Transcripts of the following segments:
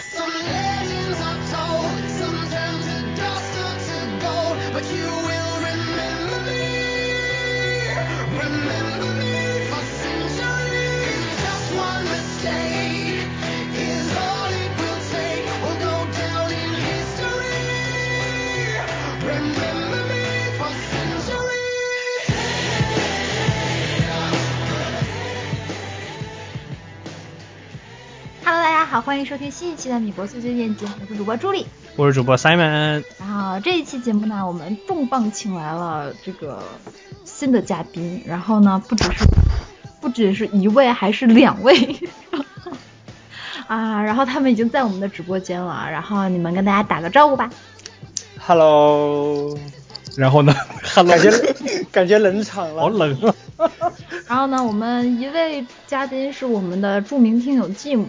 Some legends are told, some turn to dust or to gold, but you will remember me, remember me for centuries. Just one mistake is all it will take. We'll go down in history. Remember me for centuries. Hello，大家好，欢迎收听新一期的米国碎碎念节目，我是主播朱莉。我是主播 Simon，然后这一期节目呢，我们重磅请来了这个新的嘉宾，然后呢，不只是不只是一位，还是两位。 啊，然后他们已经在我们的直播间了，然后你们跟大家打个招呼吧。 Hello，然 后呢，感觉感觉冷场了，好冷啊！ 然后呢，我们一位嘉宾是我们的著名听友 Jim，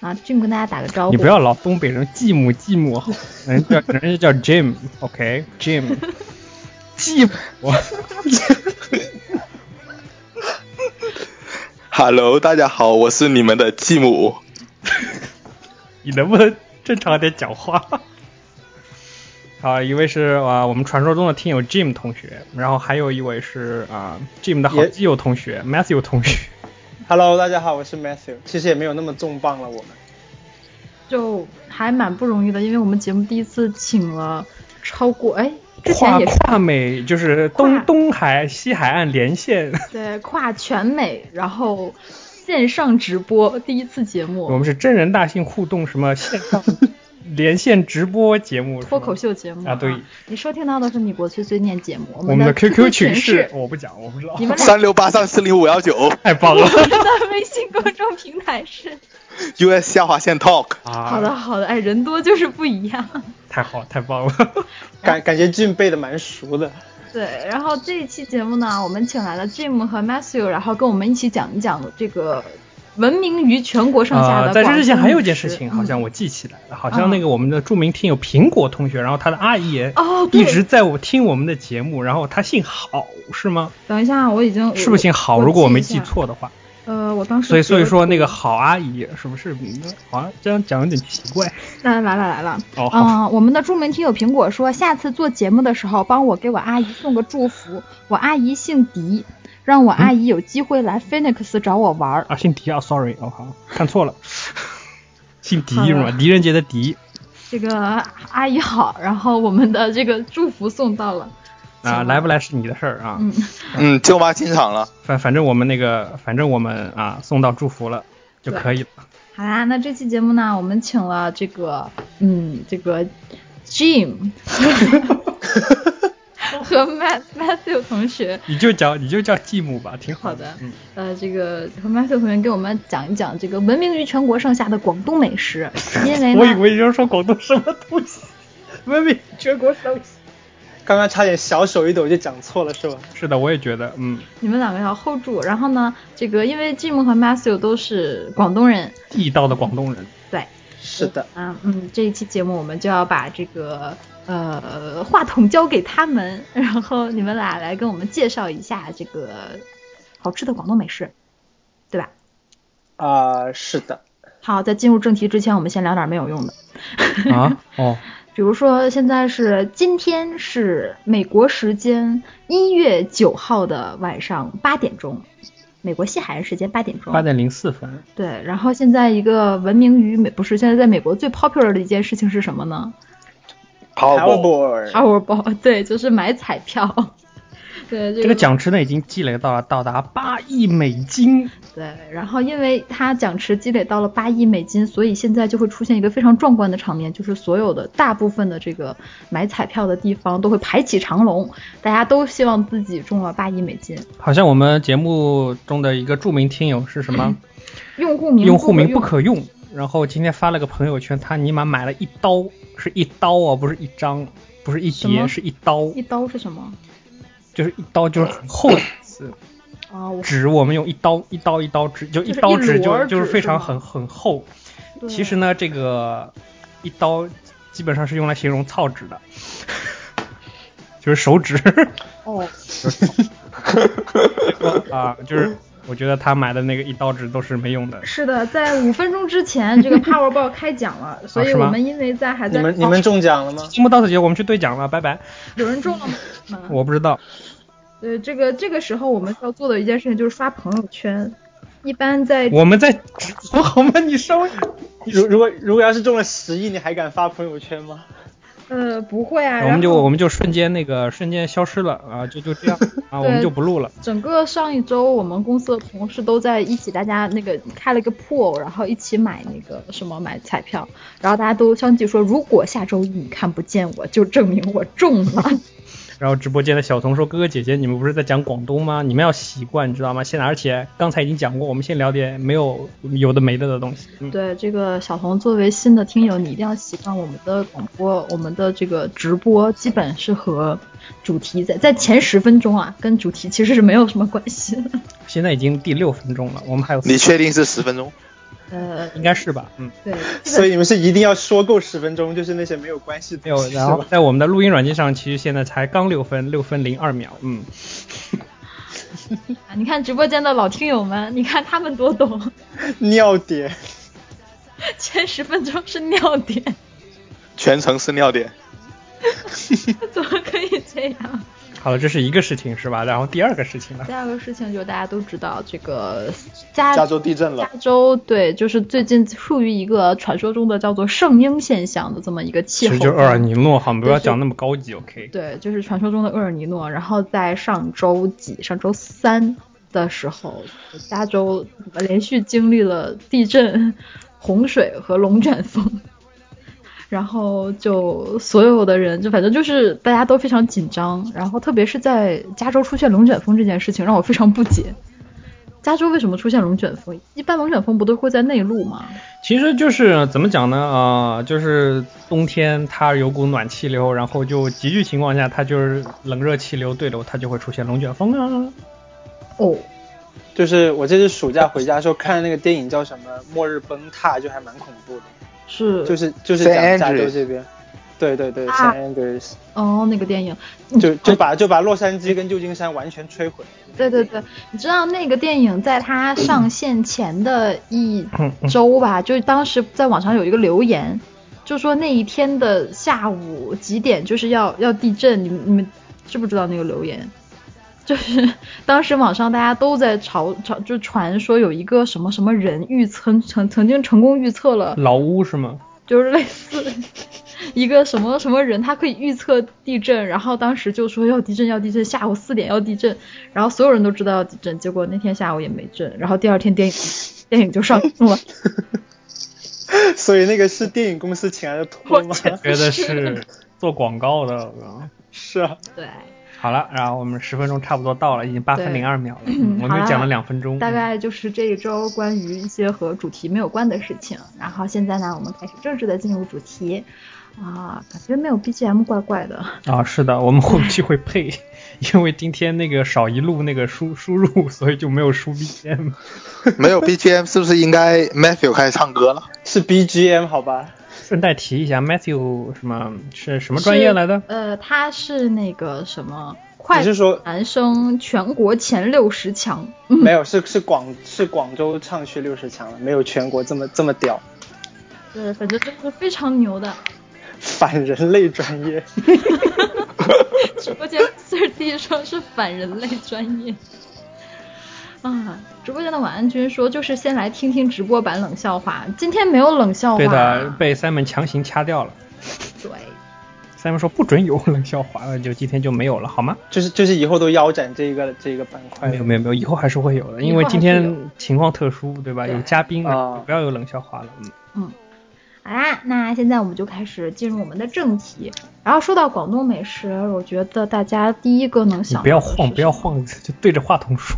啊，Jim 跟大家打个招呼。你不要老东北人继母继母， 好人家叫人家叫 Jim，OK，Jim，、继 母， Hello，大家好，我是你们的继母。 你能不能正常点讲话？ 好，一位是啊、我们传说中的听友 Jim 同学，然后还有一位是啊、Jim 的好也基友同学 Matthew 同学。 Hello，大家好，我是 Matthew。其实也没有那么重磅了，我们就还蛮不容易的，因为我们节目第一次请了超过哎，之前也是跨跨美就是跨东东海西海岸连 线，对跨全美，然后线上直播第一次节我目，们是真人大型互动什么线 上连线直播节目，脱口秀节目啊对你收听到的是米国碎碎念节目，我我们的 QQ 群是是，我不讲，我不知道 你，们俩三六八上四零五幺九太棒了的微信公众平台 是。 ，US 下划线 Talk。啊！ 好的，好的，哎，人多就是不一样。太好，太棒了。 感感觉俊背的蛮熟的。对，然后这一期节目呢，我们请来了 Jim 和 Matthew，然后跟我们一起讲一讲这个闻名于全国上下啊，的、在这之前还有一件事情，嗯好像我记起来了，好哦像那个我们的著名听友苹果同学，然后他的阿姨也哦对一直在我听我们的节目，然后他姓郝是吗？等一下，嗯我已经是不是姓郝？如果我没记。一下错的话，呃，我当时所以所以说那个个郝阿姨是不是名字好像这样讲有点奇怪？来来来来了，哦嗯、好我们的著名听友苹果说，下次做节目的时候，帮我给我阿姨送个祝福。我阿姨姓迪，让我嗯阿姨有机会来 Phoenix 找我玩儿。啊，姓狄啊，sorry，哦好，看错了， 姓狄是好吗？的狄仁杰的狄这个阿姨好，然后我们的这个祝福送到了。啊，来不来是你的事儿啊，嗯，嗯，舅妈进场了。反反正我们那个，反正我们啊送到祝福了就可以了。好啦，那这期节目呢，我们请了这个，嗯，这个 Jim 和 Matt Matthew 同学，你就叫你就叫继母吧，挺好好的，嗯，呃，这个和 Matthew 同学给我们讲一讲这个闻名于全国上下的广东 美食，因为我以呢，为你要说广东什么东西，明明全国上下。刚刚差点小手一抖就讲错了，是吧？是的，我也觉得，嗯，你们两个要 hold 住。然后呢，这个因为 Jim 和 Matthew 都是广东人，地道的广东人，对，是的，啊，嗯，这一期节目我们就要把这个呃话筒交给他们，然后你们俩来跟我们介绍一下这个好吃的广东美食，对吧？啊、是的，好，在进入正题之前，我们先聊点没有用的。 啊，哦，比如说，现在是今天是美国时间一月九号的晚上八点钟，美国西海岸时间八点钟。八点零四分，对，然后现在一个闻名于美不是现在在美国最 popular 的一件事情是什么呢 Cowboy ？Powerball，对， 就是买彩票。对这个奖池呢已经积累到到达八亿美金，对，然后因为它奖池积累到了八亿美金，所以现在就会出现一个非常壮观的场面，就是所有的大部分的这个买彩票的地方都会排起长龙，大家都希望自己中了八亿美金。好像我们节目中的一个著名听友是什么？用户名用户名不用嗯可用，然后今天发了个朋友圈，他尼玛买了一刀，是一刀啊，不是一张，不是一什么叠，是一刀，一刀是什么？就是一刀，就是很厚的纸，啊，我纸我们用一刀一刀一刀纸，就就是刀一纸就摞就是纸非是常吗很很厚。对其实呢，这个一刀基本上是用来形容操纸的， 就是手指。哦， 啊，就是我觉得他买的那个一刀纸都是没用的。是的，在五分钟之前，这个 Powerball 开奖 了，所以啊是吗我们因为在还你在哦们你们中奖了吗？节目到此结束，我们去兑奖了，拜拜。有人中了吗？我不知道，对，呃这个这个时候我们要做的一件事情就是刷朋友圈。一般在我们在 直播好吗？你稍微如如果如果要是中了十亿，你还敢发朋友圈 吗？呃不会啊，我们就然后我们就瞬间那个瞬间消失了啊，就就这样 啊，我们就不录了。整个上一周我们公司的同事都在一起，大家那个开了个 pool，然后一起买那个什么买彩票，然后大家都相继说，如果下周一你看不见我，就证明我中了。 然后直播间的小童说：“哥哥姐姐，你们不是在讲广东吗？你们要习惯，你知道吗？现在而且刚才已经讲过，我们先聊点没有有的没的的东西。嗯，对这个小童，作为新的听友，你一定要习惯我们的广播，我们的这个直播基本是和主题在在前十分钟啊，跟主题其实是没有什么关系的。现在已经第六分钟了，我们还有你确定是十分钟？呃，应该是吧？嗯，对，所以你们是一定要说够十分钟，就是那些没有关系的。没有。然后在我们的录音软件上，其实现在才刚六分，六分零二秒。嗯，啊你看直播间的老听友们，你看他们多懂，尿点，前十分钟是尿点， 全程是尿点。怎么可以这样？好了，这是一个事情是吧？然后第二个事情呢第？二个事情就是大家都知道，这个加加州地震了加州对，就是最近处于一个传说中的叫做圣婴现象的这么一个气其候实就变是化。厄尔尼诺，好，不要嗯就是讲那么高级，OK？对，就是传说中的厄尔尼诺。然后在上周几，上周三的时候，加州连续经历了地震、洪水和龙卷风，然后就所有的人，就反正就是大家都非常紧张。然后特别是在加州出现龙卷风这件事情，让我非常不解。加州为什么出现龙卷风？一般龙卷风不都会在内陆吗？其实就是怎么讲呢？啊、就是冬天它有股暖气流，然后就急剧情况下，它就是冷热气流对流，它就会出现龙卷风啊。哦，就是我这次暑假回家的时候看的那个电影叫什么《末日崩塌》，就还蛮恐怖的，是，就是就是讲 San 加州 Andreas 这边。对对对啊，San Andreas，、哦，那个电影，就就把就把洛杉矶跟旧金山完全摧毁。对对对，你知道那个电影在它上线前的一周吧，就是当时在网上有一个留言，就说那一天的下午几点就是要要地震，你们你们知不知道那个留言？ 就是当时网上大家都在吵吵，就传说有一个什么什么人预测曾曾经成功预测了，老屋是 吗？就是类似一个什么什么人，他可以预测地震，然后当时就说要地震要地震，下午四点要地震，然后所有人都知道要地震，结果那天下午也没震，然后第二天电影电影就上映 了， 所以那个是电影公司请来的托吗？ 觉得是做广告的。啊是啊，对，好了，然后我们十分钟差不多到了，已经八分零二秒了，嗯我好们了就讲了两分钟。嗯大概就是这一周关于一些和主题没有关的事情，然后现在呢，我们开始正式的进入主题，啊、感觉没有 BGM 怪怪的，啊，是的，我们后期会配， 因为今天那个少一路那个输输入，所以就没有输 BGM。 没有 BGM 是不是应该 Matthew 开始唱歌了？是 BGM 好吧？顺带提一下，Matthew 什么是什么专业来的是？呃，他是那个什么快你是说男生全国前六十强。没有，是是广是广州唱区六十强了，没有全国这么这么屌，对，反正就是非常 牛的。反人类专业。直播间 Sir D 说是反人类专业。啊，直播间的晚安君说，就是先来听听直播版冷笑话。今天没有冷笑话。对的，被 Simon 强行掐掉了。对 Simon 说不准有冷笑话，那就今天就没有了，好吗？就是就是以后都腰斩这一个这一个板块。没有没有没有，以后还是会有的，因哎以为后还是今天情况特殊，对吧？对有嘉宾了，啊就不要有冷笑话了。嗯，嗯，好啦，那现在我们就开始进入我们的正题。然后说到广东美食，我觉得大家第一个能你想哦不要到的晃， 是不要晃，就对着话筒说。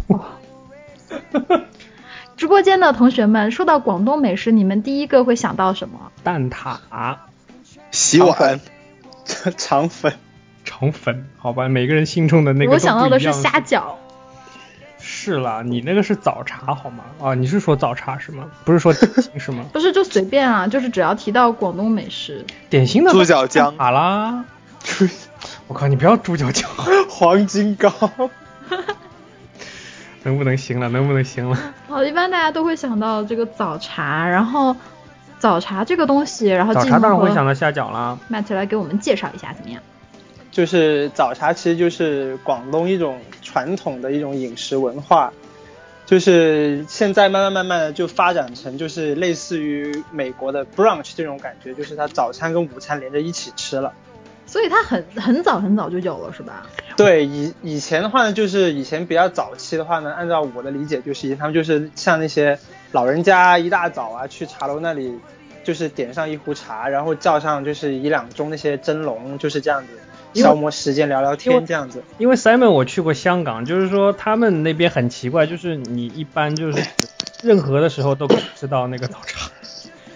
直播间的同学们，说到广东美食，你们第一个会想到什么？蛋挞、洗碗肠、粉， 肠粉，肠粉，好吧，每个人心中的那个我都想不到的一是样虾。饺，是啦，你那个是早茶好吗？啊，你是说早茶是吗？不是说点心是吗？不是就随便啊，就是只要提到广东美食，点心的猪脚姜好 啦。我靠，你不要猪脚姜， 黄金糕，能不能行了？能不能行了？哦，一般大家都会想到这个早茶，然后早茶这个东西，然后早静茶茹啊当然和会想到虾饺啦。麦特来给我们介绍一下怎么样？就是早茶，其实就是广东一种传统的一种饮食文化，就是现在慢慢慢慢的就发展成就是类似于美国的 brunch 这种感觉，就是它早餐跟午餐连着一起吃了。所以它很很早很早就有了，是吧？对，以以前的话呢，就是以前比较早期的话呢，按照我的理解，就是以前他们就是像那些老人家一大早啊去茶楼那里，就是点上一壶茶，然后叫上就是一两盅那些蒸笼，就是这样子因为消磨时间、聊聊因为天这样子。因为 Simon 我去过香港，就是说他们那边很奇怪，就是你一般就是任何的时候都可以吃到那个早茶，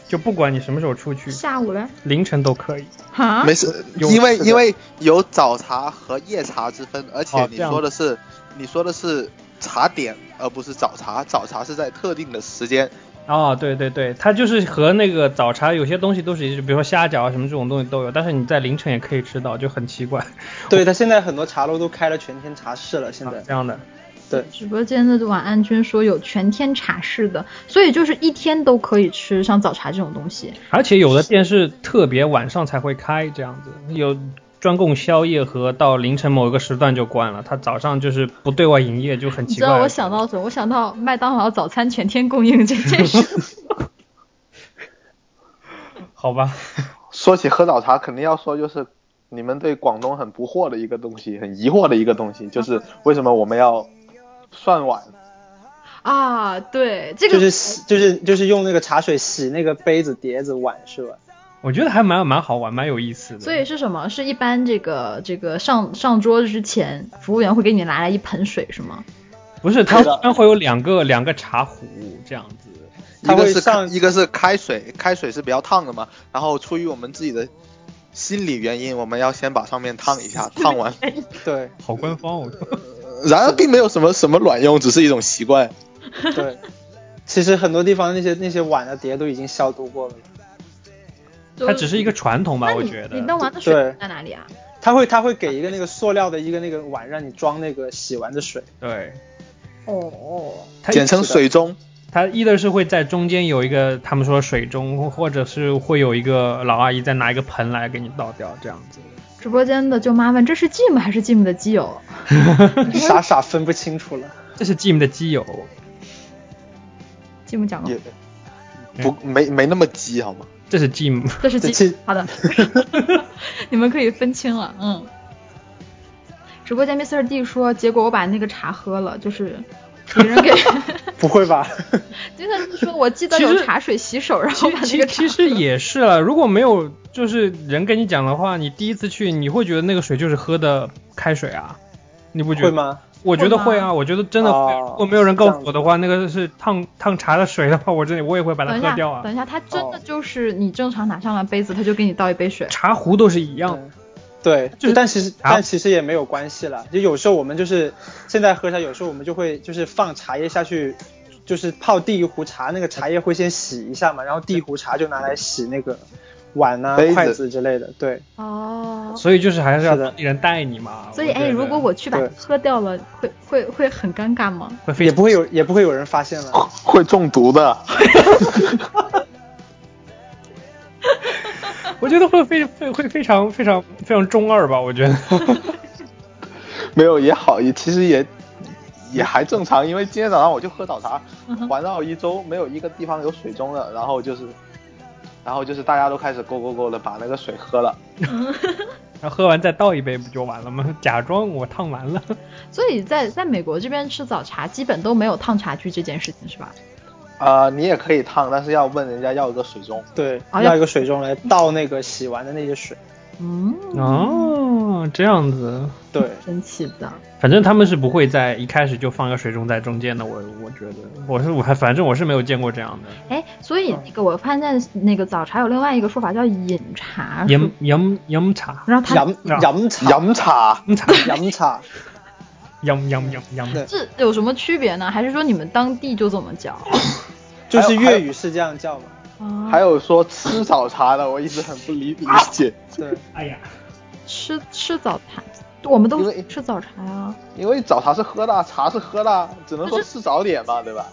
就不管你什么时候出去，下午嘞？凌晨都可以。哈？没事，有因为这个因为有早茶和夜茶之分，而且哦你这样说的是你说的是茶点，而不是早茶。早茶是在特定的时间，哦，对对对，它就是和那个早茶有些东西都是一致，比如说虾饺啊什么这种东西都有，但是你在凌晨也可以吃到，就很奇怪。对他现在很多茶楼都开了全天茶室了，现啊在这样的，对直播间的晚安君说有全天茶室的，所以就是一天都可以吃像早茶这种东西。而且有的店是特别晚上才会开，这样子有专供宵夜和到凌晨某一个时段就关了，它早上就是不对外营业，就很你奇知怪。道我想到什么？我想到麦当劳早餐全天供应这 件事。好吧， 说起喝早茶，肯定要说就是你们对广东很不惑的一个东西，很疑惑的一个东西，就是为什么我们要涮碗？啊，对，这个就是洗就是就是用那个茶水洗那个杯子、碟子、碗是吧？我觉得还蛮蛮好玩，蛮有意思的。所以是什么？是一般这个这个上上桌之前，服务员会给你拿来一盆水是吗？不是它是的一般会有两个 两个茶壶这样子，一它个会是上一个是开水，开水是比较烫的嘛，然后出于我们自己的心理原因，我们要先把上面烫一下，烫完，对好官方 哦。 然而并没有什么什么卵用，只是一种习惯。对，其实很多地方那些那些碗啊碟都已经消毒过了。它只是一个传统吧，那我你觉你得弄。完的水对在哪里啊？他会他会给一个那个塑料的一个那个碗，让你装那个洗完 的水。对，哦，它简称水中，它 either 是会在中间有一个他们说水中，或者是会有一个老阿姨再拿一个盆来给你倒掉这样子。直播间的舅妈问：“这是继母还是继母的基友傻傻分不清楚了。这是 Jim 的基友，？”继母讲过也，不没没那么鸡好 吗？这是 Jim。这是这继这好 的，你们可以分清了。嗯，直播间 Mr D 说，结果我把那个茶喝了，就是有人给， 不会吧？ 就他说我记得有茶水洗手，然后其把那其个茶其实也是了，如果没有就是人跟你讲的话，你第一次去你会觉得那个水就是喝的开水啊，你不觉得会？吗？我觉得会会啊，我觉得真的会啊。哦如果没有人告诉我的话，那个是烫烫茶的水的话，我真的我也会把它等一喝下，掉啊等。一下，他真的就是你正常拿上了杯子，他就给你倒一杯水。茶壶都是一样的，对，就是但其实啊但其实也没有关系了。就有时候我们就是现在喝茶，有时候我们就会就是放茶叶下去，就是泡第一壶茶，那个茶叶会先洗一下嘛，然后第一壶茶就拿来洗那个碗啊、杯子筷子之类的。对，哦，所以就是啊还是要是的当地人带你嘛。所以哎，如果我去把它对喝掉了，会会会很尴尬吗？会非也常不会有也不会有人发现了。会中毒 的。 我觉得会非会会非常非常非常中二吧，我觉得。 没有也好，也其实也也还正常，因为今天早上我就喝早茶嗯哼，环绕一周没有一个地方有水中的，然后就是，然后就是大家都开始勾勾勾的把那个水喝了，然后喝完再倒一杯不就完了吗？假装我烫完了。所以在在美国这边吃早茶，基本都没有烫茶具这件事情，是吧？啊，你也可以烫，但是要问人家要一个水中。对，哎呀要一个水盅来倒那个洗完的那些水。嗯，哦，哦，这样子，对，神奇的。反正他们是不会在一开始就放个水中在中间的，我我觉得，我是我还反正我是没有见过这样的。哎，所以那个我发现那个早茶有另外一个说法叫饮茶，是饮饮饮茶， 然后它洋啊洋茶，洋茶，饮茶，洋茶，饮饮饮饮对，这有什么区别呢？还是说你们当地就这么叫？就是粤语是这样叫嘛？啊还有说吃早茶的，我一直很不理理解，对，哎呀，吃吃早茶，我们都因为吃早茶呀、因为早茶是喝的，茶是喝的，只能说吃早点嘛，对吧？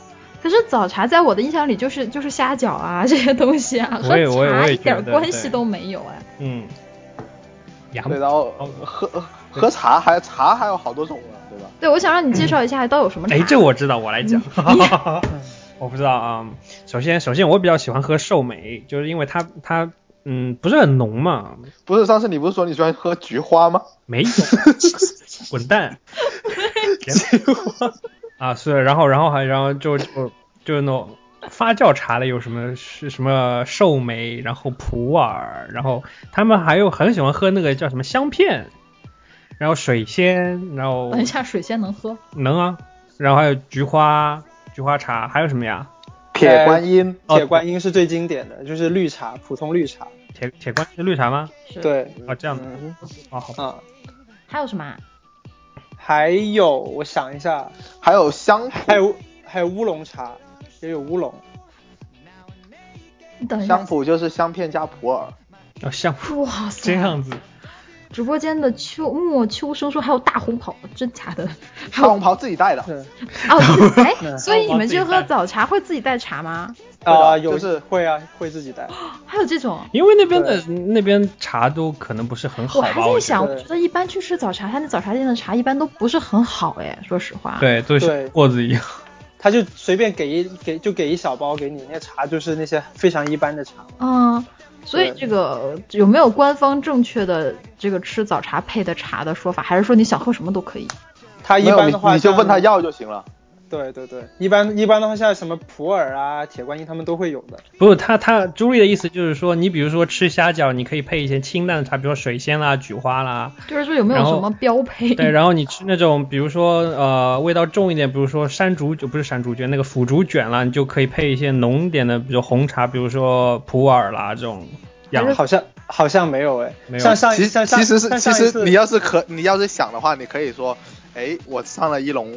可是早茶在我的印象里就是就是虾饺啊 这些东西啊，和我也我也茶我也一点觉得关系对都没有哎。嗯，哦洋对，然后嗯喝喝茶还茶还有好多种呢，对吧？对，我想让你介绍一下都有什么茶。哎，这我知道，我来讲。 我不知道啊、首先，首先我比较喜欢喝寿眉，就是因为它它嗯不是很浓嘛，不是上次你不是说你喜欢喝菊花吗？没 有，滚蛋！啊，是，然后然后还然后就就就那种发酵茶类有什么是什么寿眉，然后普洱，然后他们还有很喜欢喝那个叫什么香片，然后水仙，然后等一下，水仙能喝？能啊，然后还有菊花菊花茶，还有什么呀？铁观音，哦呃铁观音是最经典的，就是绿茶，普通绿茶。铁铁观音是绿茶吗？是。。对，啊，这样子嗯啊，好吧，啊，还有什么啊？还有我想一下，还有香哎还有还有乌龙茶，也有乌龙。你等一下香。普就是香片加普洱，要哦像 哇塞！这样子，直播间的秋末秋声说还有大红袍，真假 的？还大有红袍自己带的，对，哦，自哎，嗯所以你们去大红袍自己喝带早茶会自己带茶吗？啊，就有是会啊，会自己带。还有这种？因为那边的那边茶都可能不是很好我还吧，在我觉想，得我觉得一般去吃早茶，他那早茶店的茶一般都不是很好哎，说实话。得，对，都是对过子一样。他就随便给一给就给一小包给你，那茶就是那些非常一般的茶。嗯，所以对这个有没有官方正确的这个吃早茶配的茶的说法？还是说你想喝什么都可以？他一没有般你的话你就像问他。要就行了。对对对，一般一般的话像什么普洱啊、铁观音他们都会有的。 不是他他朱莉的意思就是说，你比如说吃虾饺，你可以配一些清淡的茶，比如说水仙啦、菊花啦，就是说有没有然后什么标配？对，然后你吃那种比如说呃味道重一点，比如说山竹就不是山竹卷，那个腐竹卷啦，你就可以配一些浓一点的，比如红茶，比如说普洱啦这种样子。好像好像没有哎，没有像上一其像上其实是像其上一实次你要是可你要是想的话，你可以说，哎，我上了一笼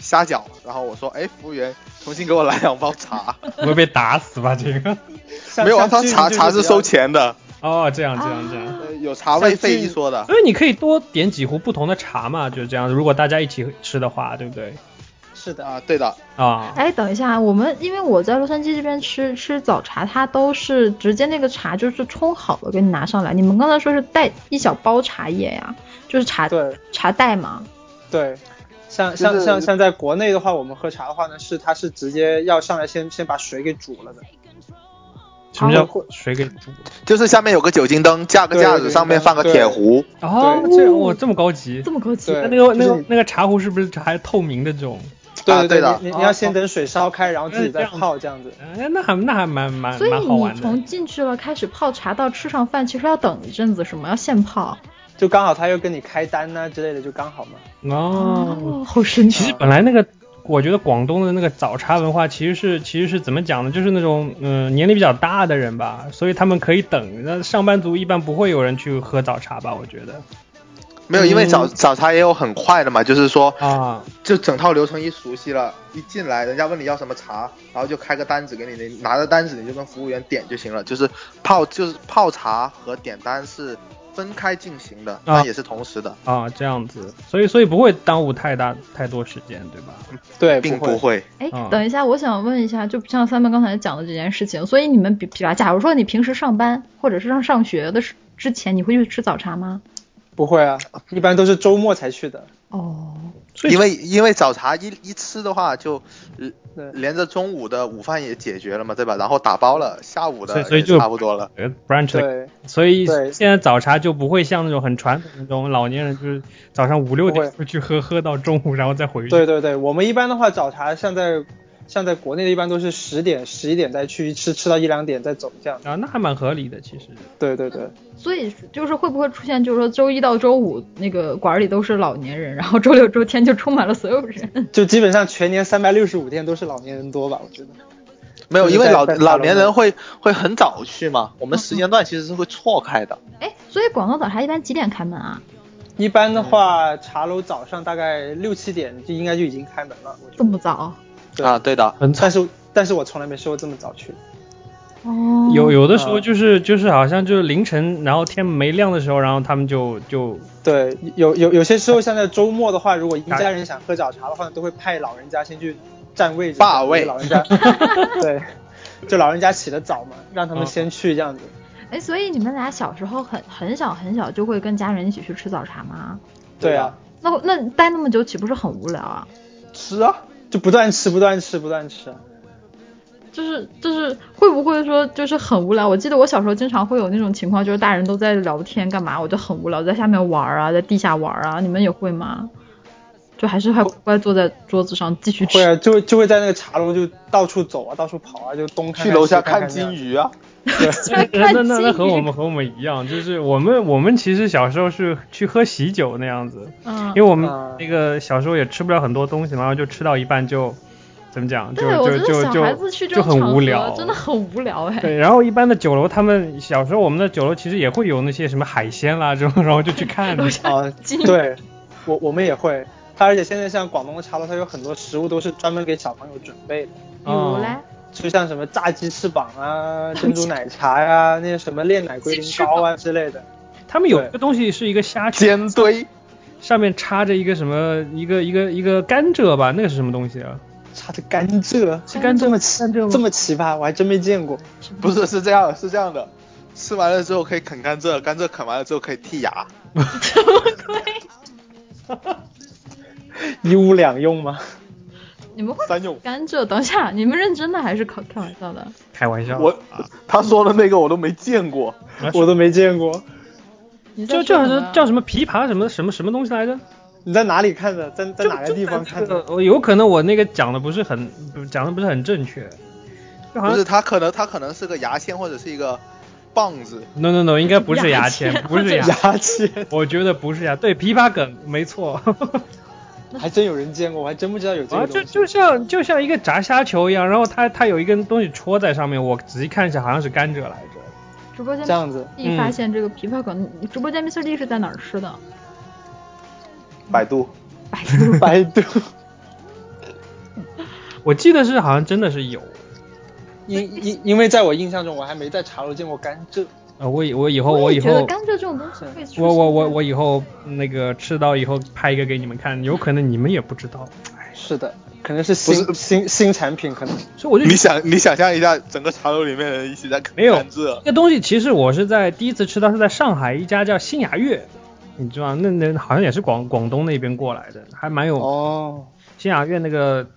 虾饺，然后我说，哎，服务员，重新给我来两包茶。不会被打死吧？这 个？ 像没有啊，像他居民茶就茶是是比较收钱的，哦，这样这样这样。呃有茶位费一说啊的。所以你可以多点几壶不同的茶嘛，就是这样。如果大家一起吃的话，对不对？是的，啊，对的，啊， 哎，等一下，我们因为我在洛杉矶这边吃吃早茶，它都是直接那个茶就是冲好了给你拿上来。你们刚才说是带一小包茶叶呀，就是茶对茶袋嘛？对，像就像是像像在国内的话，我们喝茶的话呢，是它是直接要上来先先把水给煮了的。什么叫好水给煮？就是下面有个酒精灯，架个架子，对上面放个对铁壶，哦，这样哇，这么高级这。么高级？对那那个那就个是那个茶壶是不是还透明的这种？对啊对对的你你哦你要先等水烧开，然后自己再哦泡这样子。哎，那还那还蛮蛮所以蛮好你玩的从。进去了开始泡茶到吃上饭，其实要等一阵子，是吗？要现泡。就刚好他又跟你开单呐、之类的，就刚好嘛。哦，，好神奇其实本来那个。我觉得广东的那个早茶文化其实是其实是怎么讲呢？就是那种嗯、年龄比较大的人吧，所以他们可以等。那上班族一般不会有人去喝早茶吧？我觉得没有，因嗯为早早茶也有很快的嘛，就是说，啊，就整套流程一熟悉了，一进来人家问你要什么茶，然后就开个单子给你，你拿着单子你就跟服务员点就行了。就是泡就是泡茶和点单是分开进行的，但也是同时的，啊，这样子，所以所以不会耽误太大太多时间，对吧？对，并不不会。会。哎啊，等一下，我想问一下，就像三妹刚才讲的这件事情，所以你们比比吧，假如说你平时上班或者是上上学的时之前，你会去吃早茶吗？不会啊，一般都是周末才去的。哦，所以因为因为早茶一一吃的话，就呃对连着中午的午饭也解决了嘛，对吧？然后打包了，下午所以的所以也就差不多了。呃 branch 的， 对，所以对现在早茶就不会像那种很传统的那种老年人，就是早上五六不会点出去喝，喝到中午然后再回去。对对对，我们一般的话早茶，像在像在国内一般都是十点、十一点再去吃，吃到一两点再走这样。啊，那还蛮合理的，其实。对对对，所以就是会不会出现，就是说周一到周五那个馆儿里都是老年人，然后周六周天就充满了所有人。就基本上全年三百六十五天都是老年人多吧，我觉得。没有，因为在老在沙龙老年那人会会很早去嘛，我们时间段其实是会错开的。 哎，所以广东早茶一般几点开门啊？一般的话，茶楼早上大概六七点就应该就已经开门了，我觉这得。么早？对啊，对的，很但是但是我从来没试过这么早去。哦，有有的时候就是就是好像就是凌晨，然后天没亮的时候，然后他们就 就对，有有有些时候，像在周末的话，如果一家人想喝早茶的话，都会派老人家先去占位置，霸因为位老人家对，就老人家起得早嘛，让他们先去这样子。哎，所以你们俩小时候很很小很小就会跟家人一起去吃早茶吗？对啊，那那待那么久岂不是很无聊啊？吃啊，就不断吃，不断吃，不断吃。就是就是会不会说就是很无聊？我记得我小时候经常会有那种情况，就是大人都在聊天干嘛，我就很无聊，在下面玩儿啊，在地下玩儿啊。你们也会吗？就还是还乖乖坐在桌子上继续会吃。啊，就就会在那个茶楼就到处走啊，到处跑啊，就东看去看楼西下看看金鱼。鱼啊，那那那那看和金鱼我们和我们一样，就是我们我们其实小时候是去喝喜酒那样子，嗯因为，我们啊那个小时候也吃不了很多东西嘛，然后就吃到一半就怎么讲，就对，我觉就得就小孩子去就这就种场很合无聊，真的很无聊哎。对，然后一般的酒楼，他们小时候我们的酒楼其实也会有那些什么海鲜啦这种，然后就去看。哦啊，金对，我我们也会。它而且现在像广东的茶楼，它有很多食物都是专门给小朋友准备的，比如嗯嘞， 就像什么炸鸡翅膀啊、珍珠奶茶呀、那些什么炼奶龟苓膏啊之类的。他们有对一个东西是一个虾球，尖堆。上面插着一个什么一个一个一个甘蔗吧，那个是什么东西啊？ 插着甘蔗，是甘蔗这么奇甘蔗吗这么奇葩，我还真没见过。不是，是这样，是这样的，吃完了之后可以啃甘蔗，甘蔗啃完了之后可以剔牙。一物两用吗？你们会三用甘蔗？等一下，你们认真的还是开开玩笑的？开玩笑，我他说的那个我都没见过，啊我都没见过。你就在说叫什么什呀叫什么枇杷什么什么什么东西来着？你在哪里看的？在在就哪个地方看的？？我有可能我那个讲的不是很不讲的不是很正确，就好不是像他可能他可能是个牙签或者是一个棒子， no no no，应该不是牙牙签签，不是牙，牙签，我觉得不是牙，对，枇杷梗没错。还真有人见过，我还真不知道有这啊，个就东西。就像就像一个炸虾球一样，然后它它有一根东西戳在上面，我仔细看一下，好像是甘蔗来着。直播间这样子，一嗯发现这个枇杷梗，你直播间 Mr. D 是在哪儿吃 的？百度。百度百度我记得是好像真的是有，因因因为在我印象中，我还没在茶楼见过甘蔗。呃，我以我以后也以觉得后甘蔗这种东西会出现我我我我以后那个吃到以后拍一个给你们看，有可能你们也不知道，是的，可能是新新新产品，可能所 以我就你想你想象一下，整个茶楼里面的人一起在啃没有甘蔗这，个东西其实我是在第一次吃到是在上海一家叫新雅悦，你知道那那好像也是广广东那边过来的，还蛮有哦，新雅苑那个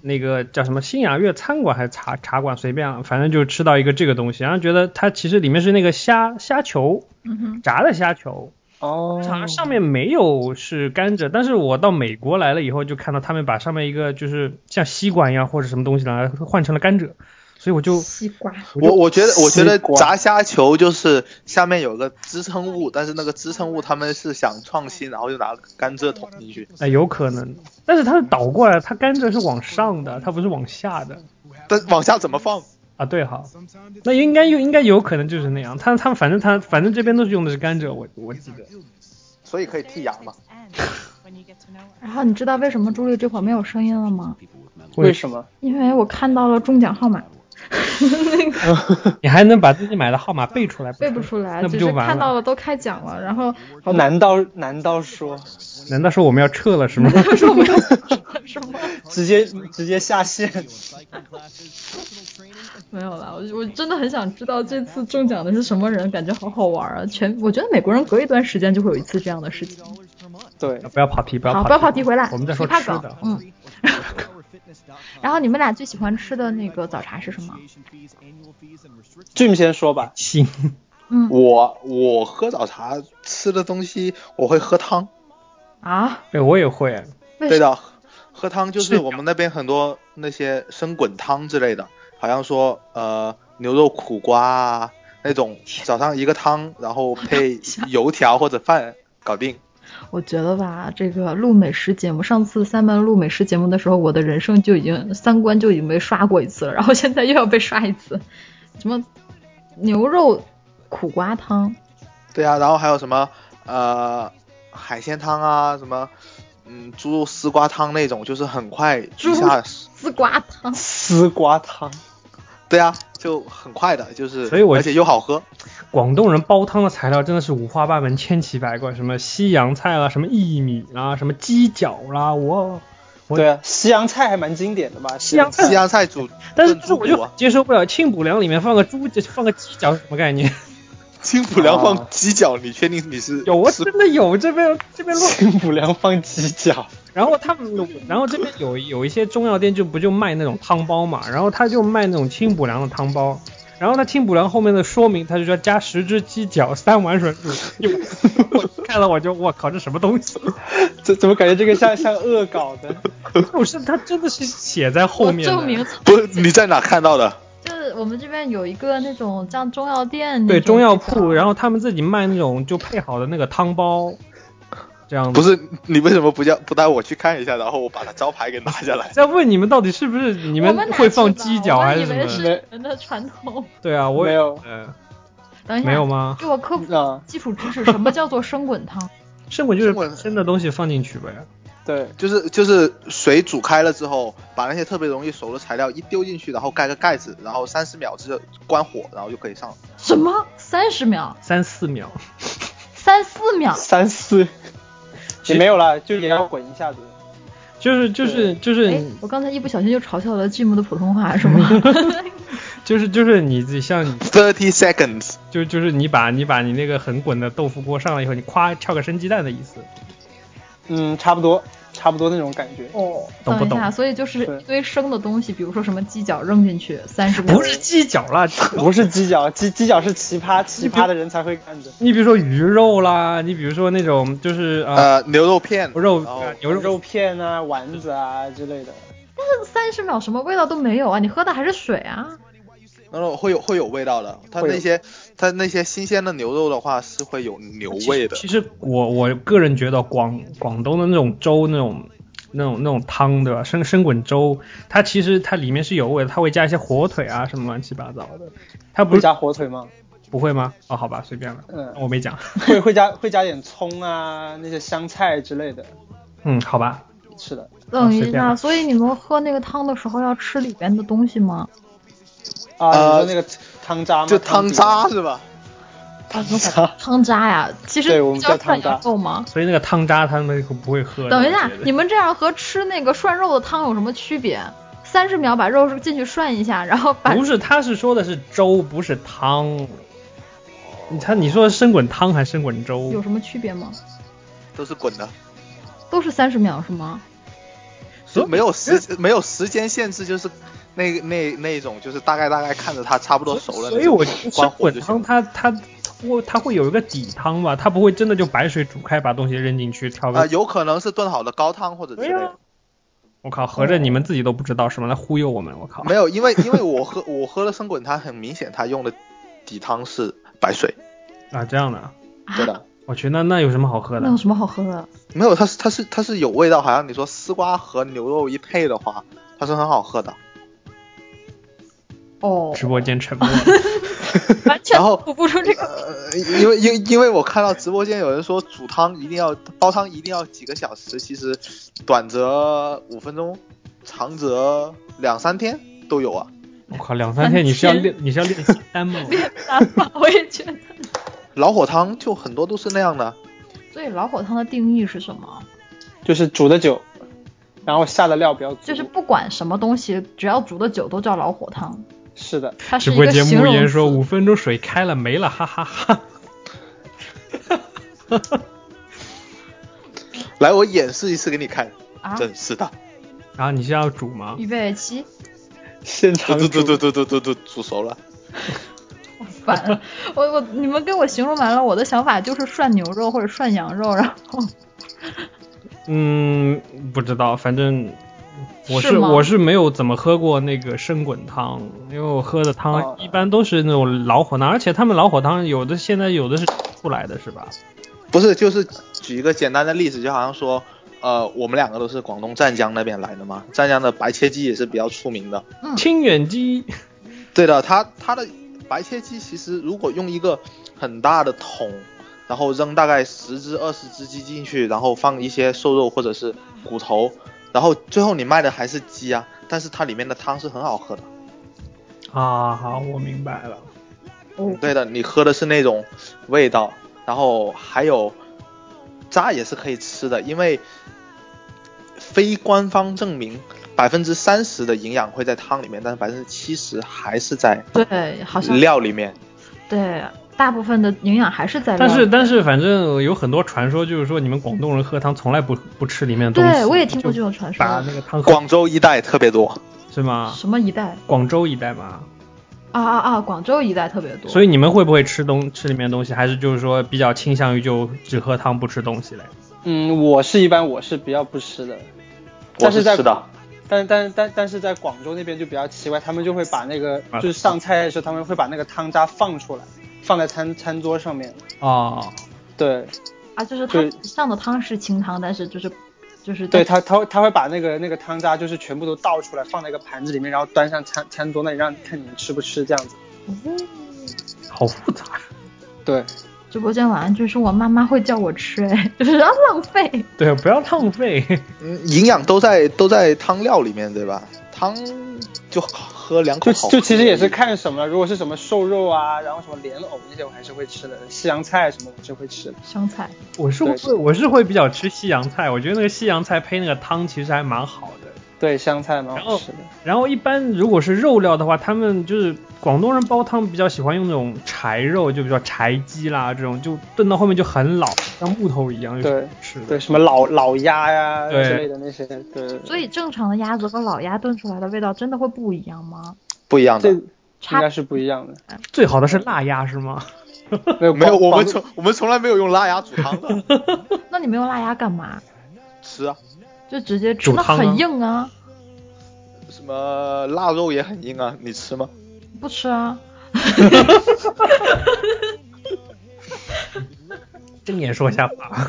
那个叫什么新雅苑餐馆还是茶茶馆随便啊，反正就吃到一个这个东西，然后觉得它其实里面是那个虾虾球，嗯哼，炸的虾球，哦，好像上面没有是甘蔗，但是我到美国来了以后就看到他们把上面一个就是像吸管一样或者什么东西拿来换成了甘蔗，所以我就西瓜。我我觉得我觉得西瓜炸虾球就是下面有个支撑物，但是那个支撑物他们是想创新，然后就拿甘蔗捅进去。哎有可能，但是它是倒过来，它甘蔗是往上的，它不是往下的。但往下怎么放？啊，对，好，那应该有应该有可能就是那样，他他们反正他反正这边都是用的是甘蔗，我我记 得，所以可以剔牙嘛？然后你知道为什么朱莉这会儿没有声音了吗？为什么？因为我看到了中奖号 码，那个你还能把自己买的号码背出来？背不出来，那不只就是完看到了？了都开奖了。然后 难道难道说难道说我们要撤了是 吗？他说我们 要什么？直接直接下线？ 没有啦，我我真的很想知道这次中奖的是什么人，感觉好好玩啊！全我觉得美国人隔一段时间就会有一次这样的事情。对，不要跑题，不要好，跑不要跑题回来，我们再说你怕吃狗的，。嗯。 然后你们俩最喜欢吃的那个早茶是什么？俊先说吧，行， 嗯我我喝早茶吃的东西，我会喝汤。啊，对，我也会，为对的，喝汤就是是我们那边很多那些生滚汤之类的，好像说呃牛肉苦瓜啊那种，早上一个汤，然后配油条或者饭搞定。我觉得吧，这个录美食节目，上次三班录美食节目的时候，我的人生就已经三观就已经被刷过一次了，然后现在又要被刷一次，什么牛肉苦瓜汤，对啊，然后还有什么呃海鲜汤啊，什么嗯猪肉丝瓜汤那种，就是很快猪一下，丝瓜汤，丝瓜汤，对啊，就很快的，就是所以我而且又好喝。广东人煲汤的材料真的是五花八门、千奇百怪，什么西洋菜啦，什么薏米啦，什么鸡脚啦，我我对啊，西洋菜还蛮经典的吧？西洋西洋菜煮但是炖就是猪我骨就啊，接受不了清补凉里面放个猪，放个鸡脚是什么概念？ 清补凉哦放鸡脚，你确定你是有我是真的有这边这边乱，清补凉放鸡脚， 然后他们然后这边有有一些中药店就不就卖那种汤包嘛，然后他就卖那种清补凉的汤包。然后他清补凉后面的说明，他就说加十只鸡脚、三碗水煮一碗。我看了我就我靠，这什么东西？这怎么感觉这个 像像恶搞的？不是，他真的是写在后我面的。哦证明不是你在哪看到的？就是我们这边有一个那种像中药店，对中药铺，然后后他们自己卖那种就配好的那个汤包，这样子。不是你为什么不叫不带我去看一下，然后我把它招牌给拿下 来？在问你们到底是不是你我们们哪会放知道鸡脚我还们以什为么？是你们的传统。对啊，我没有呃，等一下，没有吗给我科普啊基础知识，什么叫做生滚汤？生滚就生滚是生的东西放进去呗。对，就是就是水煮开了之后，把那些特别容易熟的材料一丢进去，然后盖个盖子，然后三十秒之后关火，然后就可以上了。什么？三十秒？三四秒，三四秒？三四 也没有啦，就也要滚一下子。就是就是就是哎，我刚才一不小心就嘲笑了 Jim 的普通话，是吗？就是就是你自己像你 Thirty seconds，就就是你把你把你那个很滚的豆腐锅上来以后，你夸敲个生鸡蛋的意思。嗯，差不多，差不多那种感觉。 哦，懂不等一懂下，所以就是对一堆生的东西，比如说什么鸡脚扔进去三十秒，不是鸡脚啦，不是鸡脚，鸡鸡脚是奇葩奇葩的人才会干的。你比如说鱼肉啦，你比如说那种就是啊、呃，哦牛肉片，牛肉然后呃牛肉肉片啊、丸子啊之类的，三十秒什么味道都没有啊，你喝的还是水啊？牛肉会有会有味道的。它会有那些它那些新鲜的牛肉的话是会有牛味的。其实我我个人觉得广广东的那种粥那种。那种那种汤对吧？生生滚粥，它其实它里面是有味的，它会加一些火腿啊什么乱七八糟的。它不会是加火腿吗？不会吗？哦，好吧，随便了，嗯我没讲。 会会加会加点葱啊，那些香菜之类的。嗯，好吧，是的，等随一便下，吧所以你们喝那个汤的时候要吃里边的东西吗？啊，你呃说那个汤渣吗？就汤底渣是吧？汤渣，汤渣呀，其实对我们叫叫汤涮渣羊肉吗？所以那个汤渣他们不会喝。等一下我觉，得你们这样和吃那个涮肉的汤有什么区别？三十秒把肉进去涮一下，然后把不是，他是说的是粥，不是汤。你他你说的生滚汤还是生滚粥？有什么区别吗？都是滚的，都是三十秒是吗？所以就没有哎时没有时间限制，就是那那那一种，就是大概大概看着它差不多熟了，所以我觉得你就关生火滚就行汤了。它它我它会有一个底汤吧，它不会真的就白水煮开把东西扔进去调啊、个。有可能是炖好的高汤或者之类对啊的，我靠，合着你们自己都不知道是吗？来忽悠我们，我靠！没有，因为因为我喝我喝了生滚汤，很明显它用的底汤是白水，啊，这样的啊，对的，我去，那那有什么好喝那有的？什么好喝的？没有，它是它是它是有味道，好像你说丝瓜和牛肉一配的话，它是很好喝的。哦，啊直播间沉默了。完全然后吐不出这 个。呃，因为因因为我看到直播间有人说煮汤一定要煲汤一定要几个小时，其实短则五分钟，长则两三天都有啊。我靠，两三天你是要练你是要练仙丹 吗？ 难吧，我也觉得。老火汤就很多都是那样的，所以老火汤的定义是什么？就是煮的久，然后下的料比较足。就是不管什么东西，只要煮的久都叫老火汤。是的，它直是一播个间形慕容言词。说五分钟水开了没了，哈哈哈。来我演示一次给你看，啊，真是的，然啊后你是要煮吗？预备起，现场煮煮煮煮煮煮煮煮煮熟了，完了， 我我你们跟我形容完了，我的想法就是涮牛肉或者涮羊肉，然后嗯，不知道，反正我是是吗我是没有怎么喝过那个生滚汤，因为我喝的哦汤一般都是那种老火汤，而且他们老火汤有的现在有的是出来的是吧？不是，就是举一个简单的例子，就好像说，呃，我们两个都是广东湛江那边来的嘛，湛江的白切鸡也是比较出名的。嗯，清远鸡，对的，它它的白切鸡其实如果用一个很大的桶，然后扔大概十只二十只鸡进去，然后放一些瘦肉或者是骨头，然后最后你卖的还是鸡啊，但是它里面的汤是很好喝的。啊，好，我明白了。哦，对的，你喝的是那种味道，然后还有渣也是可以吃的，因为非官方证明百分之三十的营养会在汤里面，但是百分之七十还是在对，好像料里面。对，大部分的营养还是在料但理。是但是反正有很多传说，就是说你们广东人喝汤从来不不吃里面的东西。对我也听过这就种传说，把那个汤喝广州一带特别多，是吗？什么一带广州一带嘛，啊啊啊，广州一带特别多。所以以你们会不会吃东吃里面的东西，还是就是说比较倾向于就只喝汤不吃东西嘞？嗯，我是一般我是比较不吃的，我但是在吃的。但但但但是在广州那边就比较奇怪，他们就会把那个啊就是上菜的时候，他们会把那个汤渣放出来，放在餐餐桌上面。哦，对，啊，就是对它上的汤是清汤，但是就是就是对他他会他会把那个那个汤渣就是全部都倒出来，放在一个盘子里面，然后端上餐餐桌那里，让看你们吃不吃这样子。好复杂。对，直播间晚安就是我妈妈会叫我吃，哎， 就是要浪费。对，不要浪费。嗯，营养都在都在汤料里面，对吧？汤就喝两口就好就其实也是看什么，如果是什么瘦肉啊，然后什么莲藕那些我还是会吃的，西洋菜什么我是会吃的。香菜，我是会对我是会比较吃西洋菜，我觉得那个西洋菜配那个汤其实还蛮好的。对，香菜蛮然好后吃的。然后一般如果是肉料的话，他们就是广东人煲汤比较喜欢用那种柴肉，就比如说柴鸡啦这种，就炖到后面就很老，像木头一样，就是对吃对，的。什么老老鸭呀、对之类的那些，对。所以正常的鸭子和老鸭炖出来的味道真的会不一样吗？不一样这的。应该是不一样 的。最好的是辣鸭是吗？没有没有，我哦广们从我们从来没有用腊鸭煮汤的， 那你没有辣鸭干嘛？吃啊，就直接吃，煮那汤啊很硬啊，什么腊肉也很硬啊，你吃吗？不吃啊。睁眼说瞎 话。